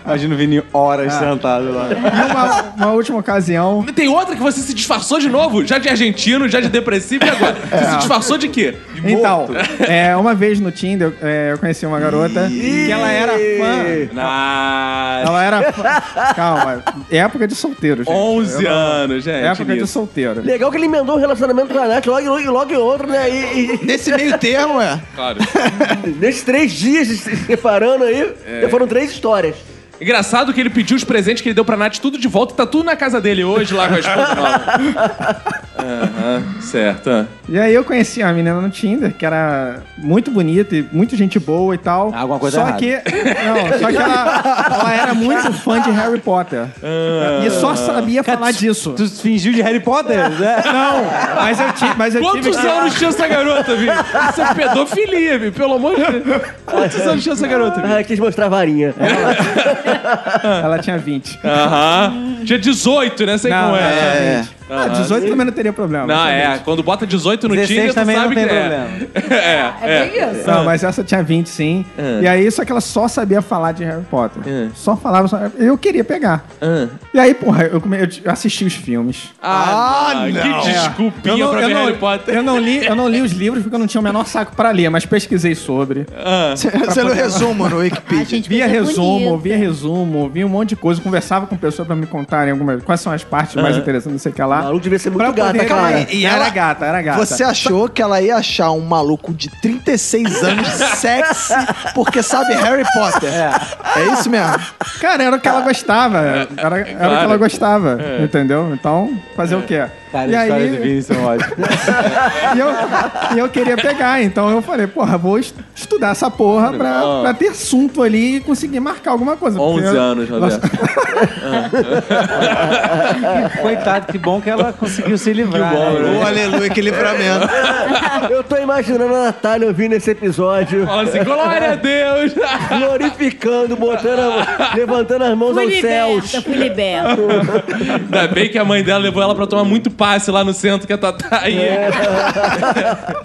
Imagina o Vini horas sentado lá. Ah. E uma, uma última ocasião. Tem outra que você se disfarçou de novo, já de argentino, já de depressivo e agora? Você se disfarçou de quê? De É. Então, morto. é, uma vez no Tinder, é, eu conheci uma garota que ela era fã. Nice. Ela era fã. Calma, época de solteiro, gente. 11 Eu não- anos, gente. Época de nisso. solteiro. Legal que ele emendou um relacionamento com a Nath logo, logo, logo em outro, né? E, e- Nesse meio termo, é. Claro. Nesses três dias de se separando aí, É. foram três histórias. Engraçado que ele pediu os presentes que ele deu pra Nath tudo de volta e tá tudo na casa dele hoje, lá com a esposa nova. Aham, certo. ah. E aí eu conheci uma menina no Tinder, que era muito bonita e muita gente boa e tal. Alguma coisa Só errada. que. Não, só que ela, ela é- era muito fã de Harry Potter. e só sabia falar disso. Tu fingiu de Harry Potter? Não, mas eu, ti, mas eu tive. Quantos anos tinha essa garota, Vi? Isso é pedofilia, Vi, pelo amor de Deus. Quantos anos tinha essa garota, Vi? É. Ah, quis mostrar a varinha. Ela tinha 20. Aham. Tinha 18, né? Sei Não, como ela tinha é. 20. Ah, 18 também não teria problema. Não, Tinha é. Quando bota 18 no 16 Tinder, tu também não sabe tem que é. É, é. Não, mas essa tinha 20, sim. E aí, só que ela só sabia falar de Harry Potter. Só falava. Só... Eu queria pegar. E aí, porra, eu, come... eu assisti os filmes. Ah, não. Que É. desculpinha Eu não- pra eu ver não- Harry Potter. Eu não, li, eu não li os livros porque eu não tinha o menor saco pra ler, mas pesquisei sobre. Você Pra você leu poder- resumo no Wikipedia. Via resumo, via resumo, via um monte de coisa, conversava com pessoas pra me contarem algumas, quais são as partes mais Aham. interessantes, não sei o que lá. O maluco devia ser muito gata, cara. E E era ela- gata, era gata. Você achou que ela ia achar um maluco de 36 anos sexy porque sabe Harry Potter? É, isso mesmo. Cara, era o que ela Tá. gostava. Era, É, É, era o que ela claro. gostava, É. entendeu? Então, fazer o quê? Cara, as histórias do Vini são ótimas. e, eu, e eu queria pegar, então eu falei, porra, vou est- estudar essa porra pra, Não. pra ter assunto ali e conseguir marcar alguma coisa. 11 porque- anos, Roberto. Coitado, que bom que ela conseguiu se livrar. Que bom, né? né? É, Ô, aleluia, que livramento. Eu tô imaginando a Natália ouvindo esse episódio. Falando assim, glória a Deus! Glorificando, botando a- levantando as mãos Fui aos céus. liberta, fui liberta. Ainda bem que a mãe dela levou ela pra tomar muito passe lá no centro que a Tatá aí. É.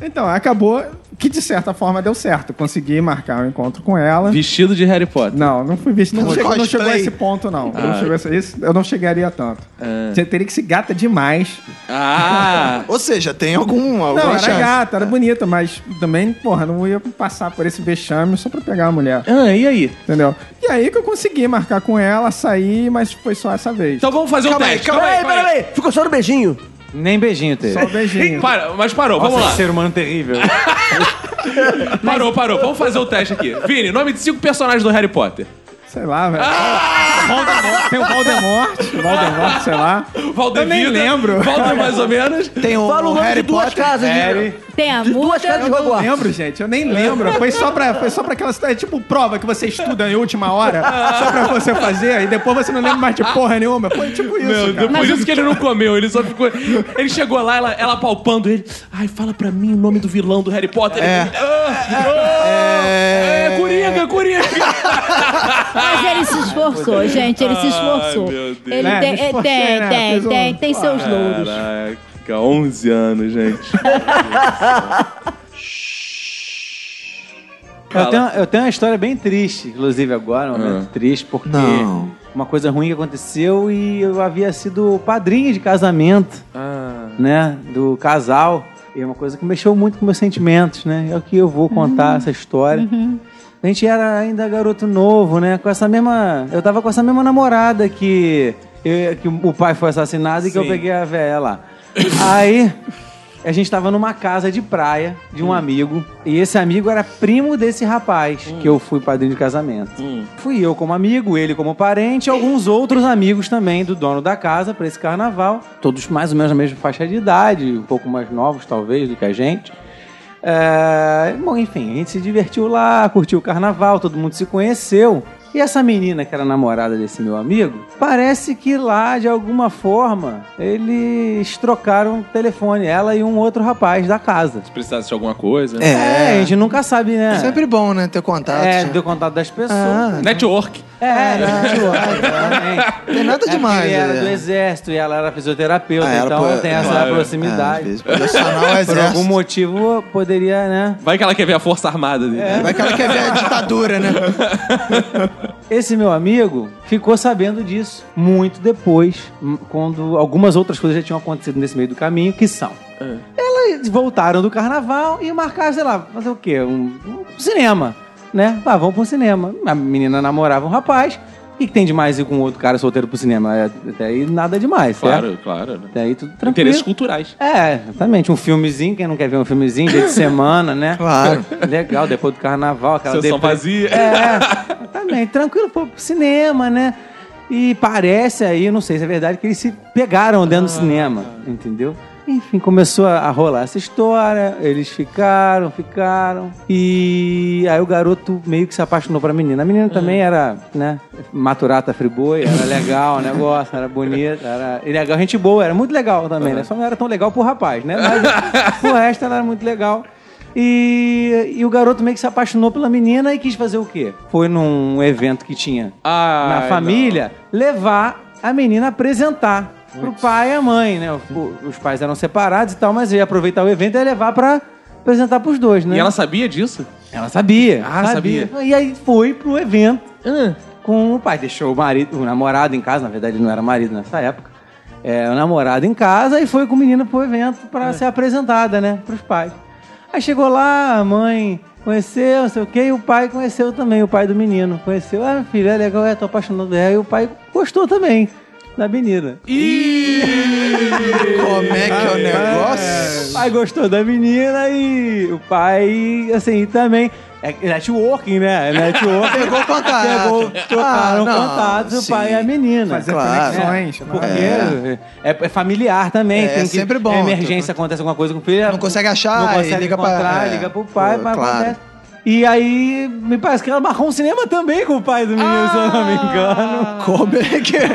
Então, acabou que de certa forma deu certo. Consegui marcar um encontro com ela. Vestido de Harry Potter. Não, não fui vestido. Não Não, foi chegou, não cosplay. chegou a esse ponto, não. Ah. Não chegou a esse- isso, eu não chegaria tanto. Você teria que ser gata demais. É. Ah! Ou seja, tem algum, Não, alguma era chance. gata, era bonita, mas também, porra, não ia passar por esse vexame só pra pegar a mulher. Ah, e aí? Entendeu? E aí que eu consegui marcar com ela, sair, mas foi só essa vez. Então vamos fazer o Calma aí, teste. calma calma aí, calma aí. Ficou só no beijinho? Nem beijinho teve. Só beijinho. Para, mas parou, Nossa, vamos lá. que ser humano terrível. Parou, parou. Vamos fazer o teste aqui. Vini, nome de cinco personagens do Harry Potter. Sei lá, velho. Ah! Voldemort. Tem o Voldemort, Voldemort, sei lá. Valdemir. Eu nem lembro. Valdemir, é mais ou menos. Tem um Fala o nome de duas casas de- Tem a multa. Eu não lembro, gente. Eu nem lembro. Foi só pra, foi só pra aquela é tipo prova que você estuda em última hora, só pra você fazer, e depois você não lembra mais de porra nenhuma. Foi tipo isso. Meu Deus, cara. por isso que ele não comeu, ele só ficou. Ele chegou lá, ela, ela palpando ele. Ai, fala pra mim o nome do vilão do Harry Potter. É. Ele, "Ah, ah, é... Coringa, Coringa. Mas ele se esforçou, gente, ele se esforçou. Ai, meu Deus. Ele É, tem, me esforcei, tem, né? tem, Fiz um- é, tem, tem seus louros. Caraca, 11 anos, gente. Eu tenho, eu tenho uma história bem triste, inclusive agora, um momento triste, porque Não. uma coisa ruim que aconteceu e eu havia sido padrinho de casamento, né, do casal. E é uma coisa que mexeu muito com meus sentimentos, né? É o que eu vou contar essa história. A gente era ainda garoto novo, né? Com essa mesma. Eu tava com essa mesma namorada que, eu- que o pai foi assassinado e que eu Sim. peguei a véia lá. Aí a gente tava numa casa de praia de um amigo. E esse amigo era primo desse rapaz que eu fui padrinho de casamento. Fui eu como amigo, ele como parente, e alguns outros amigos também do dono da casa pra esse carnaval. Todos mais ou menos na mesma faixa de idade, um pouco mais novos talvez do que a gente. É, Bom, enfim, a gente se divertiu lá, curtiu o carnaval, todo mundo se conheceu. E essa menina que era namorada desse meu amigo, parece que lá, de alguma forma, eles trocaram o telefone, ela e um outro rapaz da casa. Precisasse de alguma coisa. né? É, a gente nunca sabe, né? É Sempre bom, né? Ter contato. É, né? deu contato das pessoas. um Network. É, né? Tem nada É, demais. Ele era é. do exército e ela É, era fisioterapeuta, Ah, era então pro- tem essa claro. proximidade. podia acionar o Por exército. algum motivo poderia, né? Vai que ela quer ver a Força Armada dele. É. Vai que ela quer ver a ditadura, né? Esse meu amigo ficou sabendo disso muito depois, m- quando algumas outras coisas já tinham acontecido nesse meio do caminho, que são. É. Elas voltaram do carnaval e marcaram, sei lá, fazer o quê? Um, um cinema, né? Ah, vamos pro cinema. A menina namorava um rapaz. O que, que tem demais ir com outro cara solteiro pro cinema? É, Até aí nada demais, Claro, certo? claro. né? Até aí tudo tranquilo. Interesses culturais. É, exatamente. Um filmezinho, quem não quer ver um filmezinho, dia de semana, né? Claro. Legal, depois do carnaval, aquela Sessão depre- vazia. É, Tá exatamente. Tranquilo, pô, pro cinema, né? é E parece aí, não sei se é verdade, que eles se pegaram dentro do cinema, entendeu? Enfim, começou a a rolar essa história, eles ficaram, ficaram. E aí o garoto meio que se apaixonou pra menina. A menina também era, né, maturata friboi, era legal o negócio, era bonita, era e legal, gente boa, era muito legal também, né? Só não era tão legal pro rapaz, né? Mas o resto ela era muito legal. E, e o garoto meio que se apaixonou pela menina e quis fazer o quê? Foi num evento que tinha Ai, na família levar a menina a apresentar pro pai e a mãe, né? O- o- os pais eram separados e tal, mas ele ia aproveitar o evento e ia levar pra apresentar pros dois, né? E ela sabia disso? Ela sabia. Ah, sabia. Ah. E aí foi pro evento com o pai. Deixou o marido, o namorado em casa, na verdade ele não era marido nessa época. É, o namorado em casa e foi com o menino pro evento pra É. ser apresentada, né? Pros pais. Aí chegou lá, a mãe conheceu, não sei o quê, e o pai conheceu também, o pai do menino. Conheceu, ah, meu filho, é legal, é, tô apaixonado. É, e o pai gostou também da menina. Como é que é o negócio? O pai gostou da menina e o pai, assim, também. É networking, né? É networking. Pegou o contato. Pegou, trocaram Ah, não, contatos, o sim. pai e a menina. Fazer Claro. conexões, É, né? porque é. é familiar também. É, tem é que- sempre bom. tipo, é emergência, acontece alguma coisa com o filho. Não consegue achar, Não consegue aí liga pra- encontrar, é. liga pro pai, Pô, mas claro. acontece. E aí, me parece que ela marcou um cinema também com o pai do menino, se eu não me engano. Como é que é?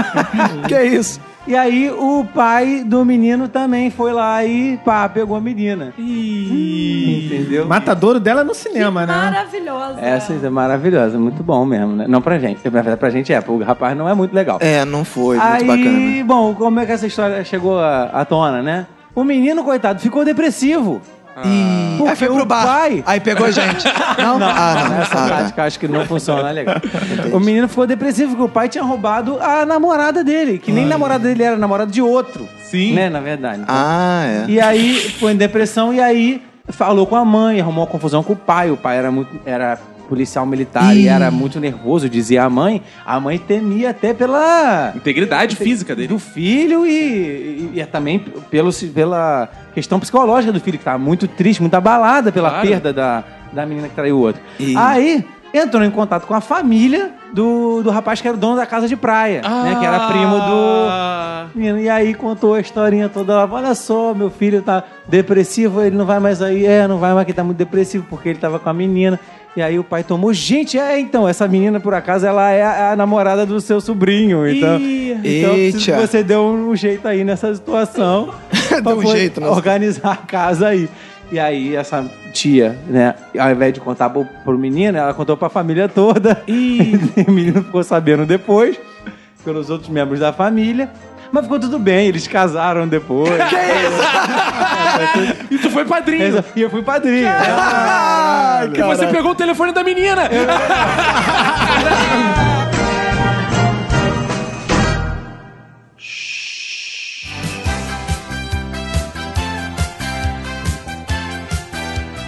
que é isso? E aí, o pai do menino também foi lá e pá, pegou a menina. Entendeu? Matadouro dela no cinema, né? Maravilhosa. assim, Essa é maravilhosa, muito bom mesmo, né? Não pra gente, na verdade pra gente é, pro rapaz não é muito legal. É, não foi Aí, muito bacana. bom, como é que essa história chegou à, à tona, né? O menino, coitado, ficou depressivo. E... Porque Aí foi o pro bar. pai... Aí pegou gente. Não? Não, Ah, não. essa Ah, tá. prática eu acho que não funciona né, legal. o menino ficou depressivo porque o pai tinha roubado a namorada dele, que nem namorada dele era, namorada de outro. Sim. Né, na verdade. Ah, é. E aí foi em depressão e aí falou com a mãe, arrumou uma confusão com o pai. O pai era muito era policial militar e era muito nervoso, dizia a mãe. A mãe temia até pela Integridade física dele. do filho e, e- e também pelo, pela questão psicológica do filho, que tava muito triste, muito abalada pela Claro. perda da, da menina que traiu o outro. Aí entrou em contato com a família do, do rapaz que era o dono da casa de praia, né? Que Ah! era primo do menino. E aí contou a historinha toda lá. Olha só, meu filho tá depressivo, ele não vai mais aí. É, não vai mais, que tá muito depressivo, porque ele tava com a menina. E aí o pai tomou, gente, é, então, essa menina, por acaso, ela é a, a namorada do seu sobrinho. Então, então preciso que Eita. você deu um jeito aí nessa situação. pra Deu um poder jeito, né? Organizar a casa aí. E aí, essa tia, né, ao invés de contar pro, pro menino, ela contou pra família toda. E o menino ficou sabendo depois, pelos outros membros da família. Mas ficou tudo bem, eles casaram depois. que isso? e tu foi padrinho. E eu fui padrinho. Ah, Ah, Caralho. E você pegou o telefone da menina.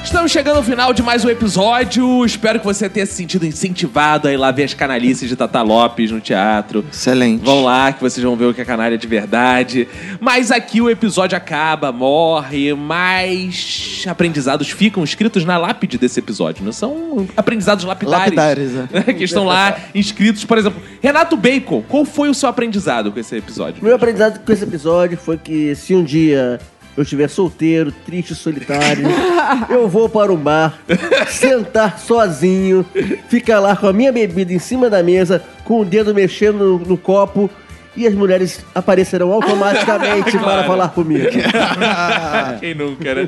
Estamos chegando ao final de mais um episódio. Espero que você tenha se sentido incentivado a ir lá ver as canalices de Tata Lopes no teatro. Excelente. Vão lá que vocês vão ver o que é canalha de verdade. Mas aqui o episódio acaba, morre, mas aprendizados ficam escritos na lápide desse episódio, não são aprendizados lapidares. Lapidares, é. né, que estão lá inscritos, por exemplo. Renato Bacon, qual foi o seu aprendizado com esse episódio? Meu aprendizado com esse episódio foi que se um dia eu estiver solteiro, triste e solitário, eu vou para um bar, sentar sozinho, ficar lá com a minha bebida em cima da mesa, com o dedo mexendo no, no copo. E as mulheres aparecerão automaticamente para Claro. falar comigo. Quem nunca, né?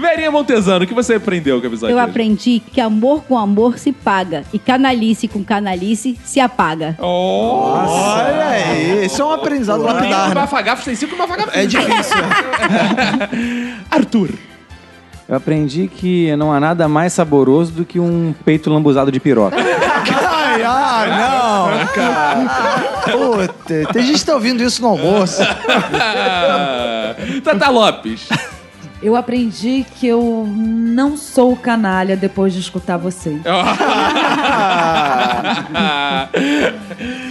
Verinha Montesano, o que você aprendeu com o episódio? Eu de hoje? aprendi que amor com amor se paga e canalice com canalice se apaga. Olha aí, isso é um aprendizado Tem um lapidar. né? bafagafo, tem cinco bafagafos. É difícil. Arthur. Eu aprendi que não há nada mais saboroso do que um peito lambuzado de piroca. Ai, ah, não, cara. Puta, tem gente que tá ouvindo isso no almoço. Tata Lopes. Eu aprendi que eu não sou canalha depois de escutar você.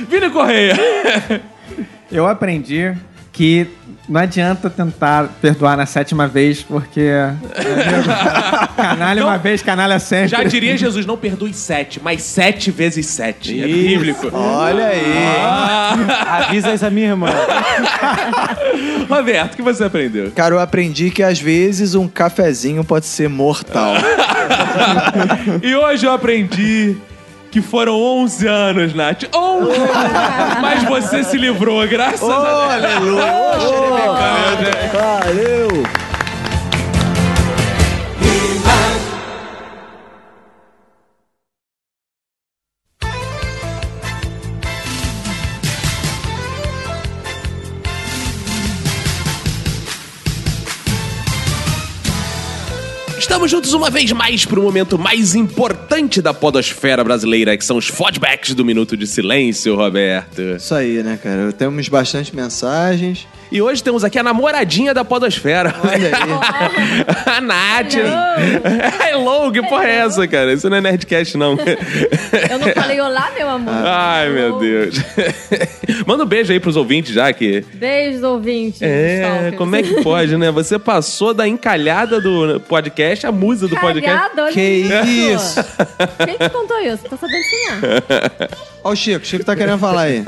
Vini Correia. Eu aprendi que Não adianta tentar perdoar na sétima vez, porque. amigo, canalha uma vez, canalha sempre. Já diria Jesus, não perdoe sete, mas sete vezes sete. É bíblico. Ah. Olha aí. Avisa essa minha irmã. Roberto, o que você aprendeu? Cara, eu aprendi que às vezes um cafezinho pode ser mortal. e hoje eu aprendi que foram 11 anos, Nath. 11 anos. Mas você se livrou, graças a Deus. é Aleluia. Valeu. Estamos juntos uma vez mais para o momento mais importante da podosfera brasileira, que são os fodbacks do Minuto de Silêncio, Roberto. Isso aí, né, cara? Temos bastante mensagens. E hoje temos aqui a namoradinha da podosfera. Olha a Nath. Hello, que porra é essa, cara? Isso não é Nerdcast, não. Eu não falei olá, meu amor. Ai, meu Deus. Manda um beijo aí pros ouvintes já que... Beijos, ouvintes. É, como é que pode, né? Você passou da encalhada do podcast, a musa do podcast. Calhado, olha Que isso. Quem te contou isso? Tá sabendo ensinar. Ó o Chico, o Chico tá querendo falar aí.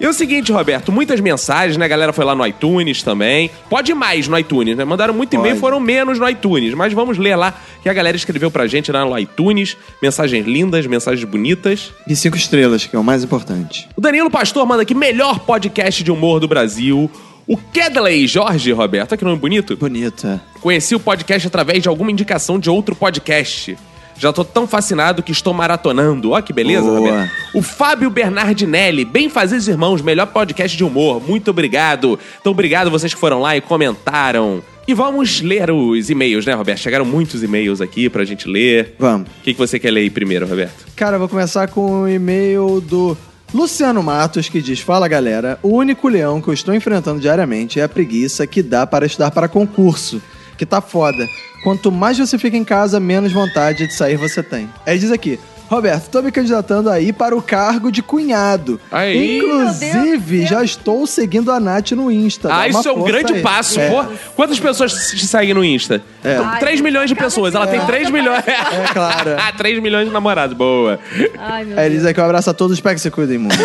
E o seguinte, Roberto, muitas mensagens, né? A galera foi lá no iTunes também. Pode ir mais no iTunes, né? Mandaram muito e-mail, Pode. foram menos no iTunes. Mas vamos ler lá que a galera escreveu pra gente lá no iTunes. Mensagens lindas, mensagens bonitas. E cinco estrelas, que é o mais importante. O Danilo Pastor manda aqui, melhor podcast de humor do Brasil. O Kedley Jorge, Roberto, olha que nome bonito. Bonita. Conheci o podcast através de alguma indicação de outro podcast. Já tô tão fascinado que estou maratonando. Ó que beleza, Boa. Roberto. O Fábio Bernardinelli, Bem Fazer os Irmãos, melhor podcast de humor. Muito obrigado. Então, obrigado vocês que foram lá e comentaram. E vamos ler os e-mails, né, Roberto? Chegaram muitos e-mails aqui pra gente ler. Vamos. O que, que você quer ler aí primeiro, Roberto? Cara, eu vou começar com um e-mail do Luciano Matos que diz: Fala galera, o único leão que eu estou enfrentando diariamente é a preguiça que dá para estudar para concurso, que tá foda. Quanto mais você fica em casa, menos vontade de sair você tem. Aí diz aqui. Roberto, tô me candidatando aí para o cargo de cunhado. Aí. Meu Inclusive, já estou seguindo a Nath no Insta. Dá ah, uma isso é um força grande aí. passo. É, Pô, quantas pessoas te seguem no Insta? É. Ai, 3 milhões de cada pessoas. Ela dia. tem 3 milhões. é claro. Ah, 3 milhões de namorados. Boa. Ai, meu Aí ele Deus. diz aqui: um abraço a todos, espero que se cuidem muito.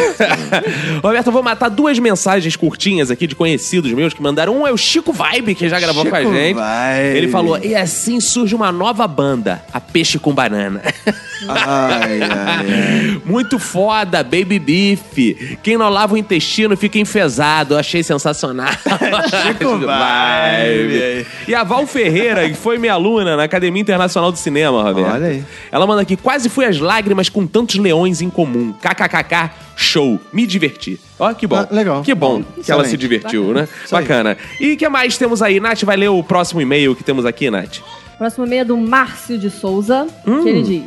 Roberto, eu vou matar duas mensagens curtinhas aqui de conhecidos meus que mandaram. Um é o Chico Vibe, que já gravou com a Chico gente. Vibe. Ele falou: e assim surge uma nova banda, a Peixe com Banana. ai, ai, ai. Muito foda, baby beef. Quem não lava o intestino fica enfesado. Eu achei sensacional. Chico Vibe. E a Val Ferreira, que foi minha aluna na Academia Internacional do Cinema, Roberto. Olha aí. Ela manda aqui, quase fui às lágrimas com tantos leões em comum. KKKK, show. Me diverti. Ó, que bom. Ah, legal. Que bom que ela Excelente. se divertiu, né? Isso aí. Bacana. E o que mais temos aí? Nath, vai ler o próximo e-mail que temos aqui, Nath? Hum. Próximo meia é do Márcio de Souza, que ele diz: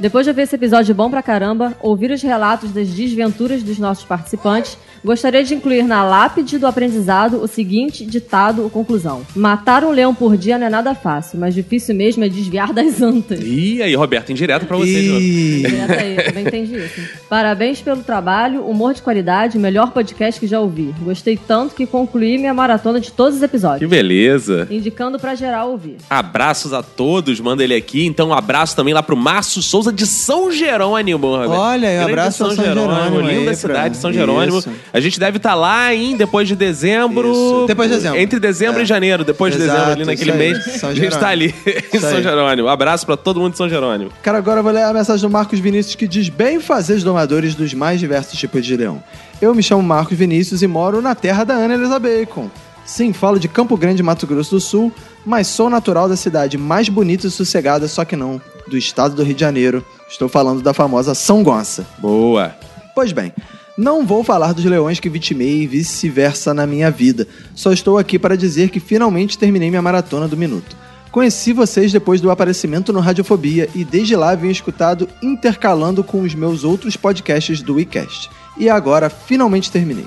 Depois de ouvir esse episódio bom pra caramba, ouvir os relatos das desventuras dos nossos participantes, gostaria de incluir na lápide do aprendizado o seguinte ditado ou conclusão: Matar um leão por dia não é nada fácil, mas difícil mesmo é desviar das antas. Ih, aí, Roberto, indireto pra você. de novo. Ih. Direto aí, eu também entendi isso. Parabéns pelo trabalho, humor de qualidade, melhor podcast que já ouvi. Gostei tanto que concluí minha maratona de todos os Que episódios. beleza. Indicando pra geral ouvir. Abraços a todos, manda ele aqui. Então, um abraço também lá pro Márcio Souza de São Jerônimo, Roberto. Olha aí, um Grande abraço a São Jerônimo aí, Linda pra- cidade, São Jerônimo. Isso. A gente deve estar lá, hein, depois de dezembro. Isso, depois de dezembro. Entre dezembro É. e janeiro, depois de Exato, dezembro, ali naquele isso aí, mês. São a gente tá ali em Isso São aí. Jerônimo. Abraço pra todo mundo de São Jerônimo. Cara, agora eu vou ler a mensagem do Marcos Vinícius que diz: Bem fazer os domadores dos mais diversos tipos de leão. Eu me chamo Marcos Vinícius e moro na terra da Ana Elisa Bacon. Sim, falo de Campo Grande, Mato Grosso do Sul, mas sou natural da cidade mais bonita e sossegada, só que não, do estado do Rio de Janeiro. Estou falando da famosa São Gonça. Boa. Pois bem, não vou falar dos leões que vitimei e vice-versa na minha vida. Só estou aqui para dizer que finalmente terminei minha maratona do minuto. Conheci vocês depois do aparecimento no Radiofobia e desde lá venho escutado intercalando com os meus outros podcasts do WeCast. E agora finalmente terminei.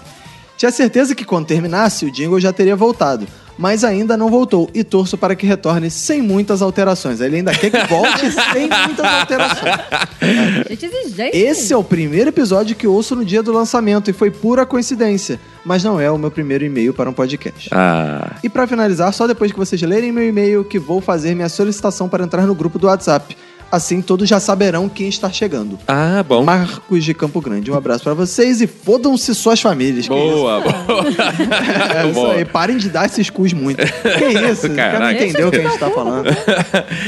Tinha certeza que quando terminasse, o jingle já teria voltado. mas ainda não voltou e torço para que retorne sem muitas alterações. Ele ainda quer que volte sem muitas alterações. Gente, exigente. Esse é o primeiro episódio que ouço no dia do lançamento e foi pura coincidência, mas não é o meu primeiro e-mail para um podcast. Ah. E para finalizar, só depois que vocês lerem meu e-mail que vou fazer minha solicitação para entrar no grupo do WhatsApp. Assim todos já saberão quem está chegando. Ah, bom. Marcos de Campo Grande, um abraço para vocês e fodam-se suas famílias. que Boa, boa. isso? É isso boa. aí, parem de dar esses cus muito. Que isso? O cara não Caraca. entendeu o que a gente tá falando.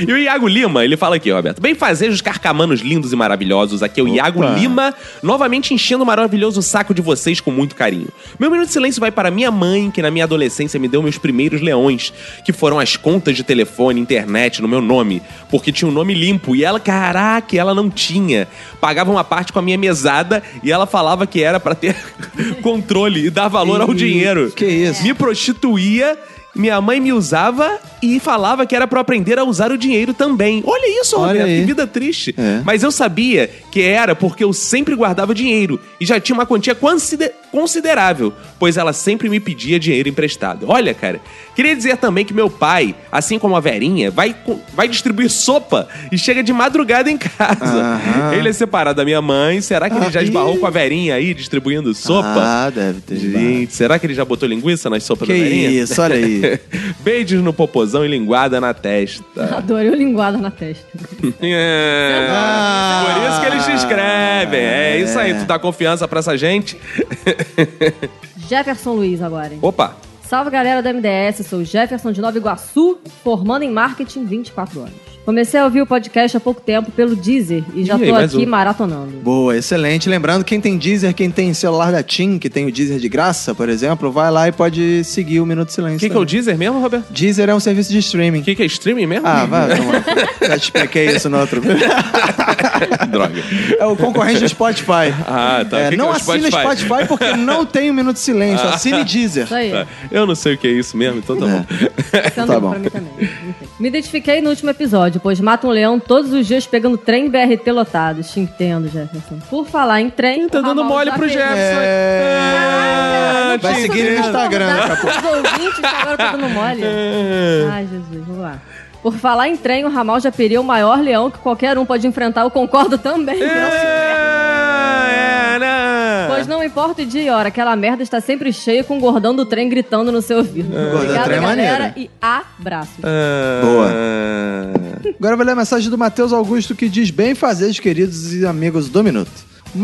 E o Iago Lima, ele fala aqui, Roberto. Bem fazejos carcamanos lindos e maravilhosos. Aqui é o Iago Lima, novamente enchendo o maravilhoso saco de vocês com muito carinho. Meu minuto de silêncio vai para minha mãe, que na minha adolescência me deu meus primeiros leões, que foram as contas de telefone, internet, no meu nome, porque tinha um nome limpo. E ela, caraca, ela não tinha. Pagava uma parte com a minha mesada e ela falava que era para ter controle e dar valor ao Ih, dinheiro. que isso. Me prostituía minha mãe me usava e falava que era pra eu aprender a usar o dinheiro também. Olha isso, Olha Roberto, aí. que vida triste. É. Mas eu sabia que era porque eu sempre guardava dinheiro e já tinha uma quantia consider- considerável, pois ela sempre me pedia dinheiro emprestado. Olha, cara, queria dizer também que meu pai, assim como a Verinha, vai, co- vai distribuir sopa e chega de madrugada em casa. Aham. Ele é separado da minha mãe, será que ele já esbarrou com a Verinha aí distribuindo sopa? Ah, deve ter. Gente, será que ele já botou linguiça nas sopas Que da Verinha? isso, olha aí. Beijos no popozão e linguada na testa. Adorei o linguada na testa. É. Ah. Por isso que eles te escrevem. É isso aí, tu dá confiança pra essa gente? Jefferson Luiz agora, hein? Opa! Salve galera do MDS, sou o Jefferson de Nova Iguaçu, formando em marketing 24 anos. Comecei a ouvir o podcast há pouco tempo pelo Deezer e já Ih, tô mais aqui um. maratonando. Boa, excelente. Lembrando, quem tem Deezer, quem tem celular da TIM, que tem o Deezer de graça, por exemplo, vai lá e pode seguir o Minuto de Silêncio. O que é o Deezer mesmo, Roberto? Deezer é um serviço de streaming. O que, é streaming mesmo? Ah, vai, vamos lá. Já te expliquei isso no outro vídeo. Droga. É o concorrente do Spotify. Ah, tá. É, O que que não é o assine o Spotify? Spotify porque não tem o Minuto de Silêncio. Ah. Assine Deezer. Tá. Eu não sei o que é isso mesmo, então tá bom. Tá Sendo bom Então pra mim também. Enfim. Me identifiquei no último episódio, pois mata um leão todos os dias pegando trem BRT lotado. Te entendo, Jefferson. Por falar em trem. Tá dando mole pro Jefferson. É... Vai seguir ele no Instagram, né, Os ouvintes agora tá dando mole. É. Ai, Jesus, vamos lá. É. Por falar em trem, o ramal já peria o maior leão que qualquer um pode enfrentar. Eu concordo É, também. né? Ah. Pois não importa o dia e hora, aquela merda está sempre cheia com o gordão do trem gritando no seu ouvido. Gordão do trem galera, é maneiro. e abraço. Boa. Ah, Agora eu vou ler a mensagem do Matheus Augusto que diz bem fazer, queridos e amigos do Minuto.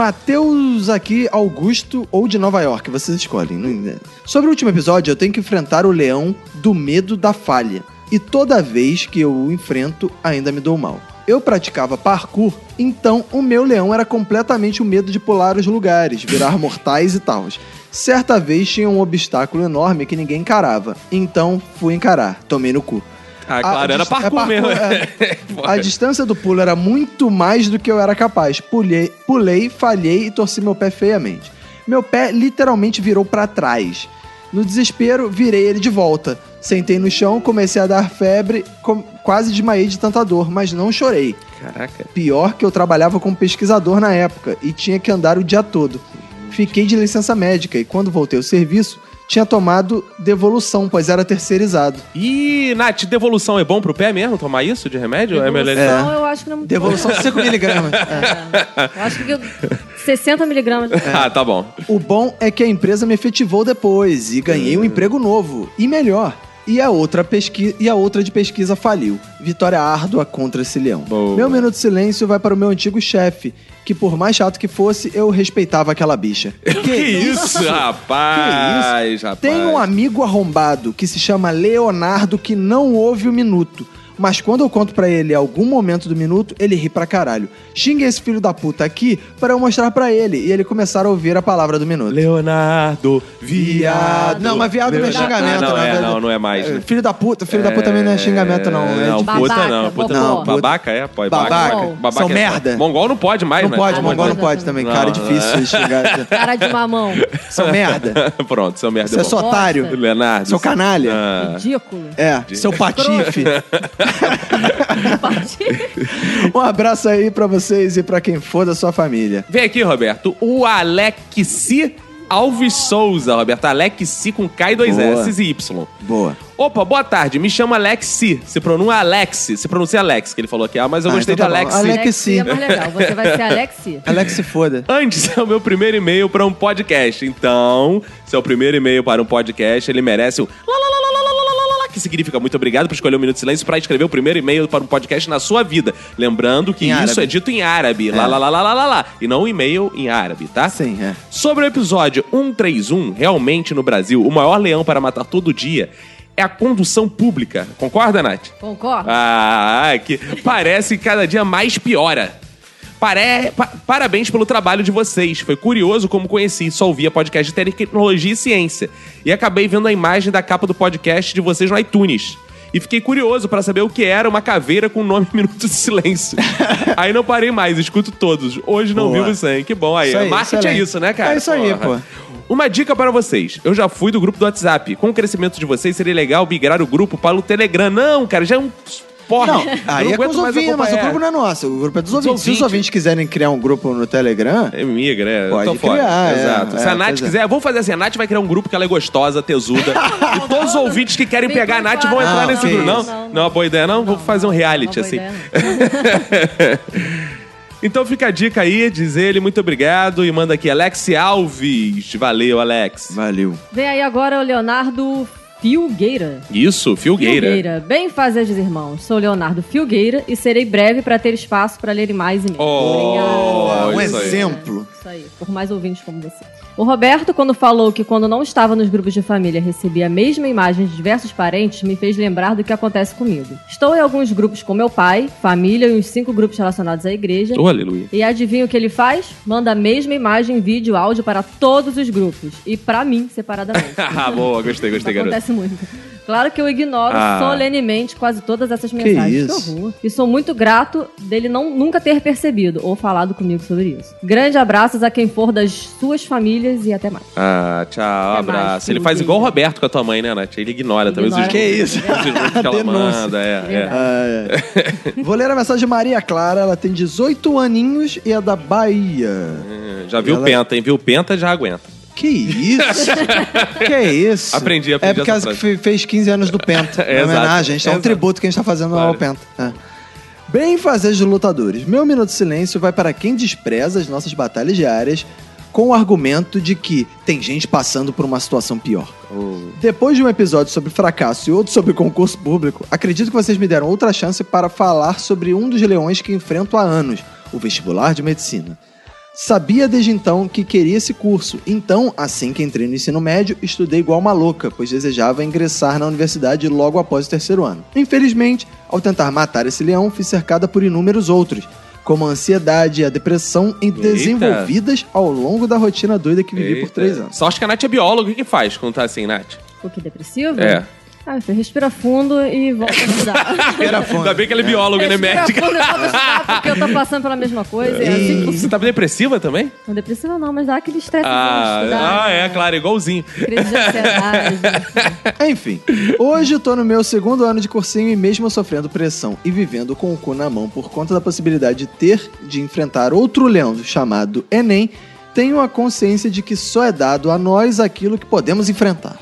Matheus aqui, Augusto ou de Nova York, vocês escolhem. não- é. Sobre o último episódio, eu tenho que enfrentar o leão do medo da falha. E toda vez que eu o enfrento, ainda me dou mal. Eu praticava parkour, então o meu leão era completamente o medo de pular os lugares, virar mortais e tal. Certa vez tinha um obstáculo enorme que ninguém encarava, então fui encarar, tomei no cu. Ah, claro, A- era é parkour, mesmo. né? é. Pô, A distância do pulo era muito mais do que eu era capaz. Pulei, pulei falhei e torci meu pé feiamente. Meu pé literalmente virou pra trás. No desespero, virei ele de volta. Sentei no chão, comecei a dar febre, com- quase desmaiei de tanta dor, mas não chorei. Caraca. Pior que eu trabalhava como pesquisador na época e tinha que andar o dia todo. Fiquei de licença médica e quando voltei ao serviço, tinha tomado devolução, pois era terceirizado. Ih, Nath, devolução é bom pro pé mesmo? Tomar isso de remédio? é melhor. Devolução, eu acho que não é muito Devolução bom. 5 miligramas. Eu acho que eu- 60 miligramas. Ah, tá bom. O bom é que a empresa me efetivou depois e ganhei um emprego novo e melhor. E a outra pesquisa e a outra de pesquisa faliu. Vitória árdua contra esse leão. Meu minuto de silêncio vai para o meu antigo chefe, que por mais chato que fosse, eu respeitava aquela bicha. Que, isso, rapaz? rapaz. Tem um amigo arrombado que se chama Leonardo que não ouve o minuto. Mas quando eu conto pra ele algum momento do minuto, ele ri pra caralho. Xinga esse filho da puta aqui para eu mostrar pra ele e ele começar a ouvir a palavra do minuto. Leonardo, viado. Não, mas viado não é Leonardo. xingamento, Ah, não, né, é, velho? não, não é mais. né? Filho da puta, filho da puta também não é xingamento, não. É Não, tipo- puta não, puta não. Babaca é, pô. é Babaca. Babaca. São é- merda. Mongol não pode mais, Não né? pode, mongol não pode também. Cara, é difícil de xingar. Cara de mamão. São merda. Pronto, são merda. Você é bom. seu otário. Leonardo. Seu canalha. Ah. Ridículo. É, seu patife. um abraço aí pra vocês e pra quem for da sua família. Vem aqui, Roberto. O Alexi Alves Souza, Roberto. Alexi com K e dois Boa. S e Y. Boa. Opa, boa tarde. Me chama Alexi. Se pronuncia Alexi. Se pronuncia Alex, que ele falou aqui. Ah, mas eu Ah, gostei então de tá bom. Alexi. Alexi. Alexi é mais legal. Você vai ser Alexi? Alexi, foda. Antes é o meu primeiro e-mail para um podcast. Então, se é o primeiro e-mail para um podcast, ele merece um lá, lá, lá, lá, lá, lá, lá, lá, lá, lá, que significa muito obrigado por escolher um minuto de silêncio para escrever o primeiro e-mail para um podcast na sua vida. Lembrando que Em isso árabe. é dito em árabe. Lá, É. lá, lá, lá, lá, lá, lá. E não um e-mail em árabe, tá? Sim, é. Sobre o episódio 131, realmente no Brasil, o maior leão para matar todo dia é a condução pública. Concorda, Nath? Concorda? Ah, que parece que cada dia mais piora. Pare- pa- Parabéns pelo trabalho de vocês. Foi curioso como conheci, só ouvia podcast de tecnologia e ciência. E acabei vendo a imagem da capa do podcast de vocês no iTunes. E fiquei curioso para saber o que era uma caveira com o nome Minuto de Silêncio. aí não parei mais, escuto todos. Hoje não Boa. vivo sem. Que bom aí. Isso aí, Marketing excelente. é isso, né, cara? É isso aí, pô. Uma dica para vocês. Eu já fui do grupo do WhatsApp. Com o crescimento de vocês, seria legal migrar o grupo para o Telegram. Não, cara, já é um porra. Não, aí é com os ouvintes, mas o grupo não é nosso, o grupo é dos Dos ouvintes. Se os ouvintes. ouvintes quiserem criar um grupo no Telegram, Migra, é. Pode tô fora. criar, é, Exato. Se é, a Nath pois é. quiser, vamos fazer assim. A Nath vai criar um grupo que ela é gostosa, tesuda. e todos os ouvintes que querem Nem pegar a por Nath fora. vão entrar Não, nesse que grupo. Não, isso. não, é uma boa ideia, não? Vou fazer um reality, assim. então fica a dica aí, diz ele, muito obrigado. E manda aqui, Alex Alves. Valeu, Alex. Valeu. Vem aí agora o Leonardo Filgueira. Isso, Filgueira. Bem fazer irmãos. Sou Leonardo Filgueira e serei breve para ter espaço para lerem mais e-mails. Oh. Boa, um Obrigada. exemplo. Isso aí, por mais ouvintes como você. O Roberto, quando falou que quando não estava nos grupos de família recebia a mesma imagem de diversos parentes, me fez lembrar do que acontece comigo. Estou em alguns grupos com meu pai, família e uns cinco grupos relacionados à igreja. Ô, Oh, aleluia. E adivinha o que ele faz? Manda a mesma imagem, vídeo, áudio para todos os grupos. E para mim, separadamente. Ah, boa, gostei, gostei, garoto. Acontece muito. Claro que eu ignoro Ah. solenemente quase todas essas mensagens. isso? Que horror. E sou muito grato dele não, nunca ter percebido ou falado comigo sobre isso. Grande abraços a quem for das suas famílias e até mais. Ah, tchau, abraço. Ele faz igual o Roberto com a tua mãe, né, Nath? Ele ignora também os Ignora. grupos- Que isso? Os grupos que ela Denúncia. manda, é, é. Vou ler a mensagem de Maria Clara, ela tem 18 aninhos e é da Bahia. Hum, Já viu o Ela- Penta, hein? Viu o Penta, já aguenta. Que isso? que isso? Aprendi, É aprendi por essa causa frase. que fe- fez 15 anos do Penta. É É, exato, homenagem, é um exato. tributo que a gente tá fazendo ao Penta. É. Bem fazer dos lutadores. Meu minuto de silêncio vai para quem despreza as nossas batalhas diárias com o argumento de que tem gente passando por uma situação pior. Depois de um episódio sobre fracasso e outro sobre concurso público, acredito que vocês me deram outra chance para falar sobre um dos leões que enfrento há anos, o vestibular de medicina. Sabia desde então que queria esse curso, então, assim que entrei no ensino médio, estudei igual uma louca, pois desejava ingressar na universidade logo após o terceiro ano. Infelizmente, ao tentar matar esse leão, fui cercada por inúmeros outros, como a ansiedade e a depressão, e desenvolvidas ao longo da rotina doida que vivi por Eita. três anos. Só acho que a Nath é bióloga. O que que faz quando tá assim, Nath? Um pouquinho depressivo? É. Ah, meu filho, respira fundo e volta a estudar. Ainda bem que ela é bióloga, né, respira médica? fundo e volta a estudar porque eu tô passando pela mesma coisa. É assim que... Você tá depressiva também? Não depressiva não, mas dá aquele estresse de Ah, estudar. ah, é, claro, igualzinho. Crise de ansiedade. Enfim, hoje eu tô no meu segundo ano de cursinho e mesmo sofrendo pressão e vivendo com o cu na mão por conta da possibilidade de ter de enfrentar outro leão chamado Enem, tenho a consciência de que só é dado a nós aquilo que podemos enfrentar.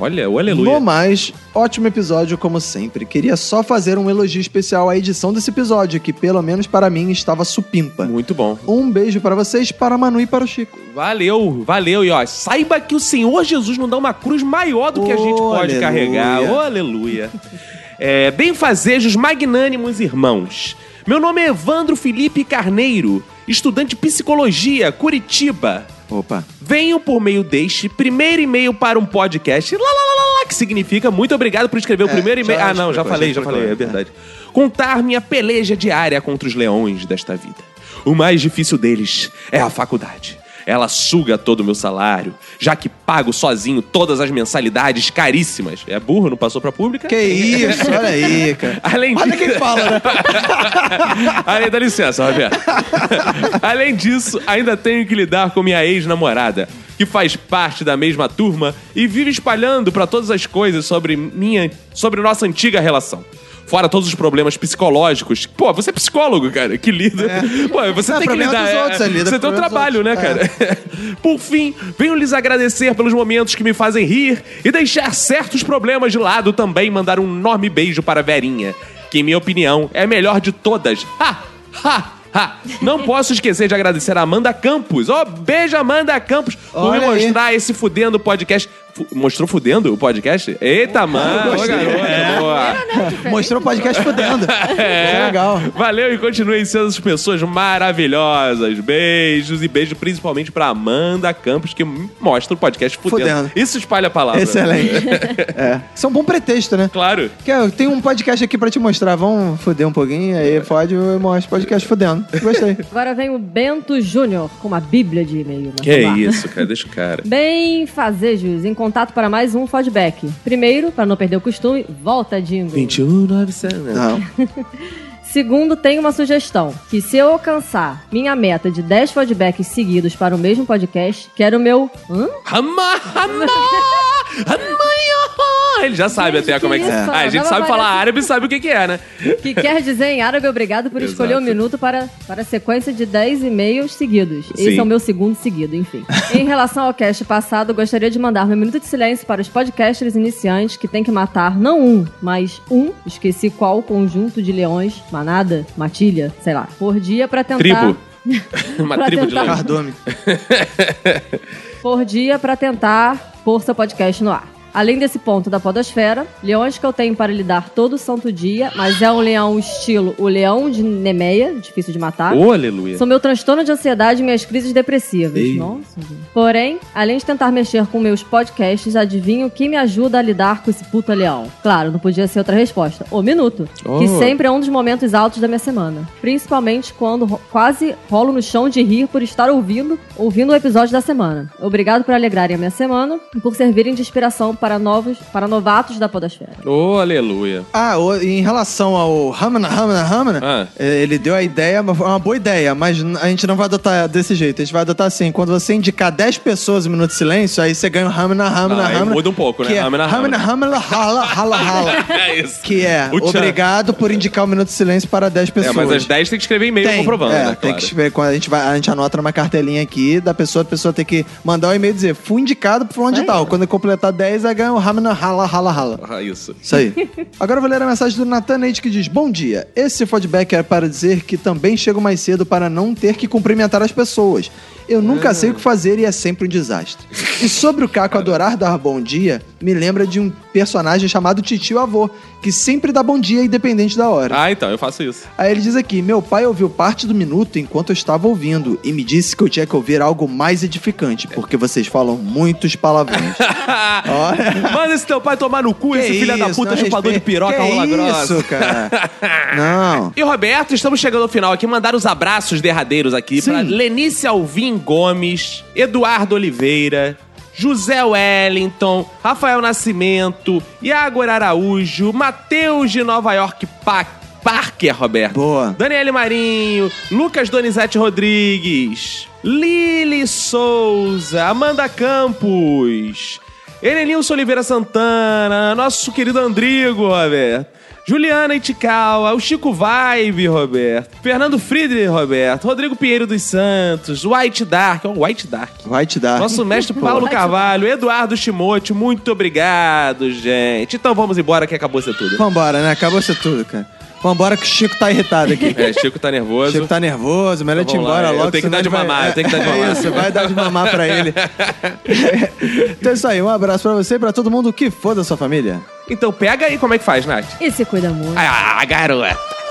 Olha, o aleluia. No mais, ótimo episódio como sempre. Queria só fazer um elogio especial à edição desse episódio, que pelo menos para mim estava supimpa. Muito bom. Um beijo para vocês, para a Manu e para o Chico. Valeu, valeu. E ó, saiba que o Senhor Jesus não dá uma cruz maior do que a gente pode aleluia. carregar. Oh, aleluia. É, Bem-fazejos magnânimos irmãos. Meu nome é Evandro Felipe Carneiro, estudante de psicologia, Curitiba. Opa. Venho por meio deste primeiro e-mail para um podcast. Lá, lá, lá, lá, lá, que significa muito obrigado por escrever o É, primeiro e-mail. já Ah, não, já explicou, falei, já já explicou, falei, é é. verdade. Contar minha peleja diária contra os leões desta vida. O mais difícil deles é a faculdade. Ela suga todo o meu salário, já que pago sozinho todas as mensalidades caríssimas. É burro, não passou pra pública? Que isso, olha aí, cara. Além disso. Olha quem fala, né? Além, dá licença, Roberto. Além disso, ainda tenho que lidar com minha ex-namorada, que faz parte da mesma turma e vive espalhando pra todas as coisas sobre minha, sobre nossa antiga relação. Fora todos os problemas psicológicos. Pô, você é psicólogo, cara, que lida. Pô, você É. Não, tem que problema lidar. dos é, outros, é, é lida você tem um problema dos trabalho, né, outros. É. cara? Por fim, venho lhes agradecer pelos momentos que me fazem rir e deixar certos problemas de lado também mandar um enorme beijo para a Verinha, que em minha opinião é a melhor de todas. Ha! Ha! Ha! Não posso esquecer de agradecer a Amanda Campos. Ó, beijo, Amanda Campos, por me Olha aí. mostrar esse fudendo podcast. Fu- Mostrou fudendo o podcast? Eita, mano! gostei. garoto, É. boa. Mostrou o podcast fudendo. É. Legal. Valeu e continuem sendo essas pessoas maravilhosas. Beijos e beijo principalmente pra Amanda Campos, que mostra o podcast fudendo. Fudendo. Isso espalha a palavra. Excelente. é. Isso é um bom pretexto, né? Claro. Que eu tenho um podcast aqui pra te mostrar. Vamos foder um pouquinho, É. aí pode eu mostro podcast fudendo. Gostei. Agora vem o Bento Júnior com uma bíblia de e-mail. mas que é vamos lá. isso, cara? Deixa o cara. Bem fazejos, em contato para mais um feedback. Primeiro, para não perder o costume, volta, Dingo. 21,900. Não. Segundo, tem uma sugestão: que se eu alcançar minha meta de 10 feedbacks seguidos para o mesmo podcast, quero o meu. Hã? Hamá, hamá, hamá, Ah, Ele já sabe até como é que isso, Ah, a gente tava sabe falar parecendo- árabe e sabe o que, que é, né? Que quer dizer em árabe, obrigado por escolher um Exato. minuto para, para a sequência de 10 e-mails seguidos. Esse Sim. é o meu segundo seguido, enfim. em relação ao cast passado, gostaria de mandar meu minuto de silêncio para os podcasters iniciantes que tem que matar não um, mas um, esqueci qual conjunto de leões, manada, matilha, sei lá, por dia para tentar. Tribo. Uma Pra tribo de tentar- leão. Cardume. por dia para tentar pôr seu podcast no ar. Além desse ponto da podosfera, leões que eu tenho para lidar todo santo dia, mas é um leão estilo o leão de Nemeia, difícil de matar. Ô, aleluia. São meu transtorno de ansiedade e minhas crises depressivas. Ei. Nossa, gente. Porém, além de tentar mexer com meus podcasts, adivinho que me ajuda a lidar com esse puta leão. Claro, não podia ser outra resposta. O minuto, Oh. que sempre é um dos momentos altos da minha semana. Principalmente quando ro- quase rolo no chão de rir por estar ouvindo, ouvindo o episódio da semana. Obrigado por alegrarem a minha semana e por servirem de inspiração para novos, para novatos da podosfera. Ô, aleluia. Ah, o- em relação ao Hamna, Hamna, Hamna, Ah. eh, ele deu a ideia, mas foi uma boa ideia, mas n- a gente não vai adotar desse jeito. A gente vai adotar assim: quando você indicar 10 pessoas em um minuto de silêncio, aí você ganha o Hamna, Hamna, Ah, aí Hamna. muda um pouco, né? que é Hamna, Hamna, Hamna. Hamna, Hala, Hala, Hala. É isso. Que é, O tchan. obrigado por indicar o minuto de silêncio para 10 É, pessoas. mas às 10 tem que escrever e-mail Tem, comprovando, é, né? tem claro. que ver quando a gente vai, a gente anota numa cartelinha aqui da pessoa, a pessoa tem que mandar o e-mail e dizer, fui indicado por onde tal. Quando eu completar 10, aí ganha o Ramana rala rala rala. Ah, isso. Isso aí. Agora eu vou ler a mensagem do Nathan Neite que diz: Bom dia. Esse feedback é para dizer que também chego mais cedo para não ter que cumprimentar as pessoas. Eu nunca sei o que fazer e é sempre um desastre. E sobre o Caco adorar dar bom dia, me lembra de um personagem chamado Titio Avô, que sempre dá bom dia independente da hora. Ah, então, eu faço isso. Aí ele diz aqui: Meu pai ouviu parte do minuto enquanto eu estava ouvindo e me disse que eu tinha que ouvir algo mais edificante, porque vocês falam muitos palavrões. Manda esse teu pai tomar no cu, Que esse filho da isso, puta não chupador de respeita. piroca Que rola grossa. isso, cara. Não. E Roberto, estamos chegando ao final aqui. Mandar os abraços derradeiros aqui para Lenice Alvim Gomes, Eduardo Oliveira, José Wellington, Rafael Nascimento, Iago Araújo, Matheus de Nova York Pa- Parker, Roberto. Boa. Daniele Marinho, Lucas Donizete Rodrigues, Lili Souza, Amanda Campos, Elenilson Oliveira Santana, nosso querido Andrigo, Roberto. Juliana Iticaua, o Chico Vibe, Roberto. Fernando Friedrich, Roberto. Rodrigo Pinheiro dos Santos, White Dark, ó, White Dark. White Dark. Nosso mestre Paulo White Carvalho, Eduardo Shimote, muito obrigado, gente. Então vamos embora que acabou ser tudo. Vambora, né? Acabou isso tudo, cara. Vambora que o Chico tá irritado aqui. É, Chico tá nervoso. Chico tá nervoso, melhor Então te ir vamos embora lá, eu logo. tenho que senão dar de ele vai- mamar, eu tenho que dar de É mamar. Isso, vai dar de mamar pra ele. então é isso aí, um abraço pra você e pra todo mundo que for da sua família. Então pega aí como é que faz, Nath. E se cuida muito. Ah, garota.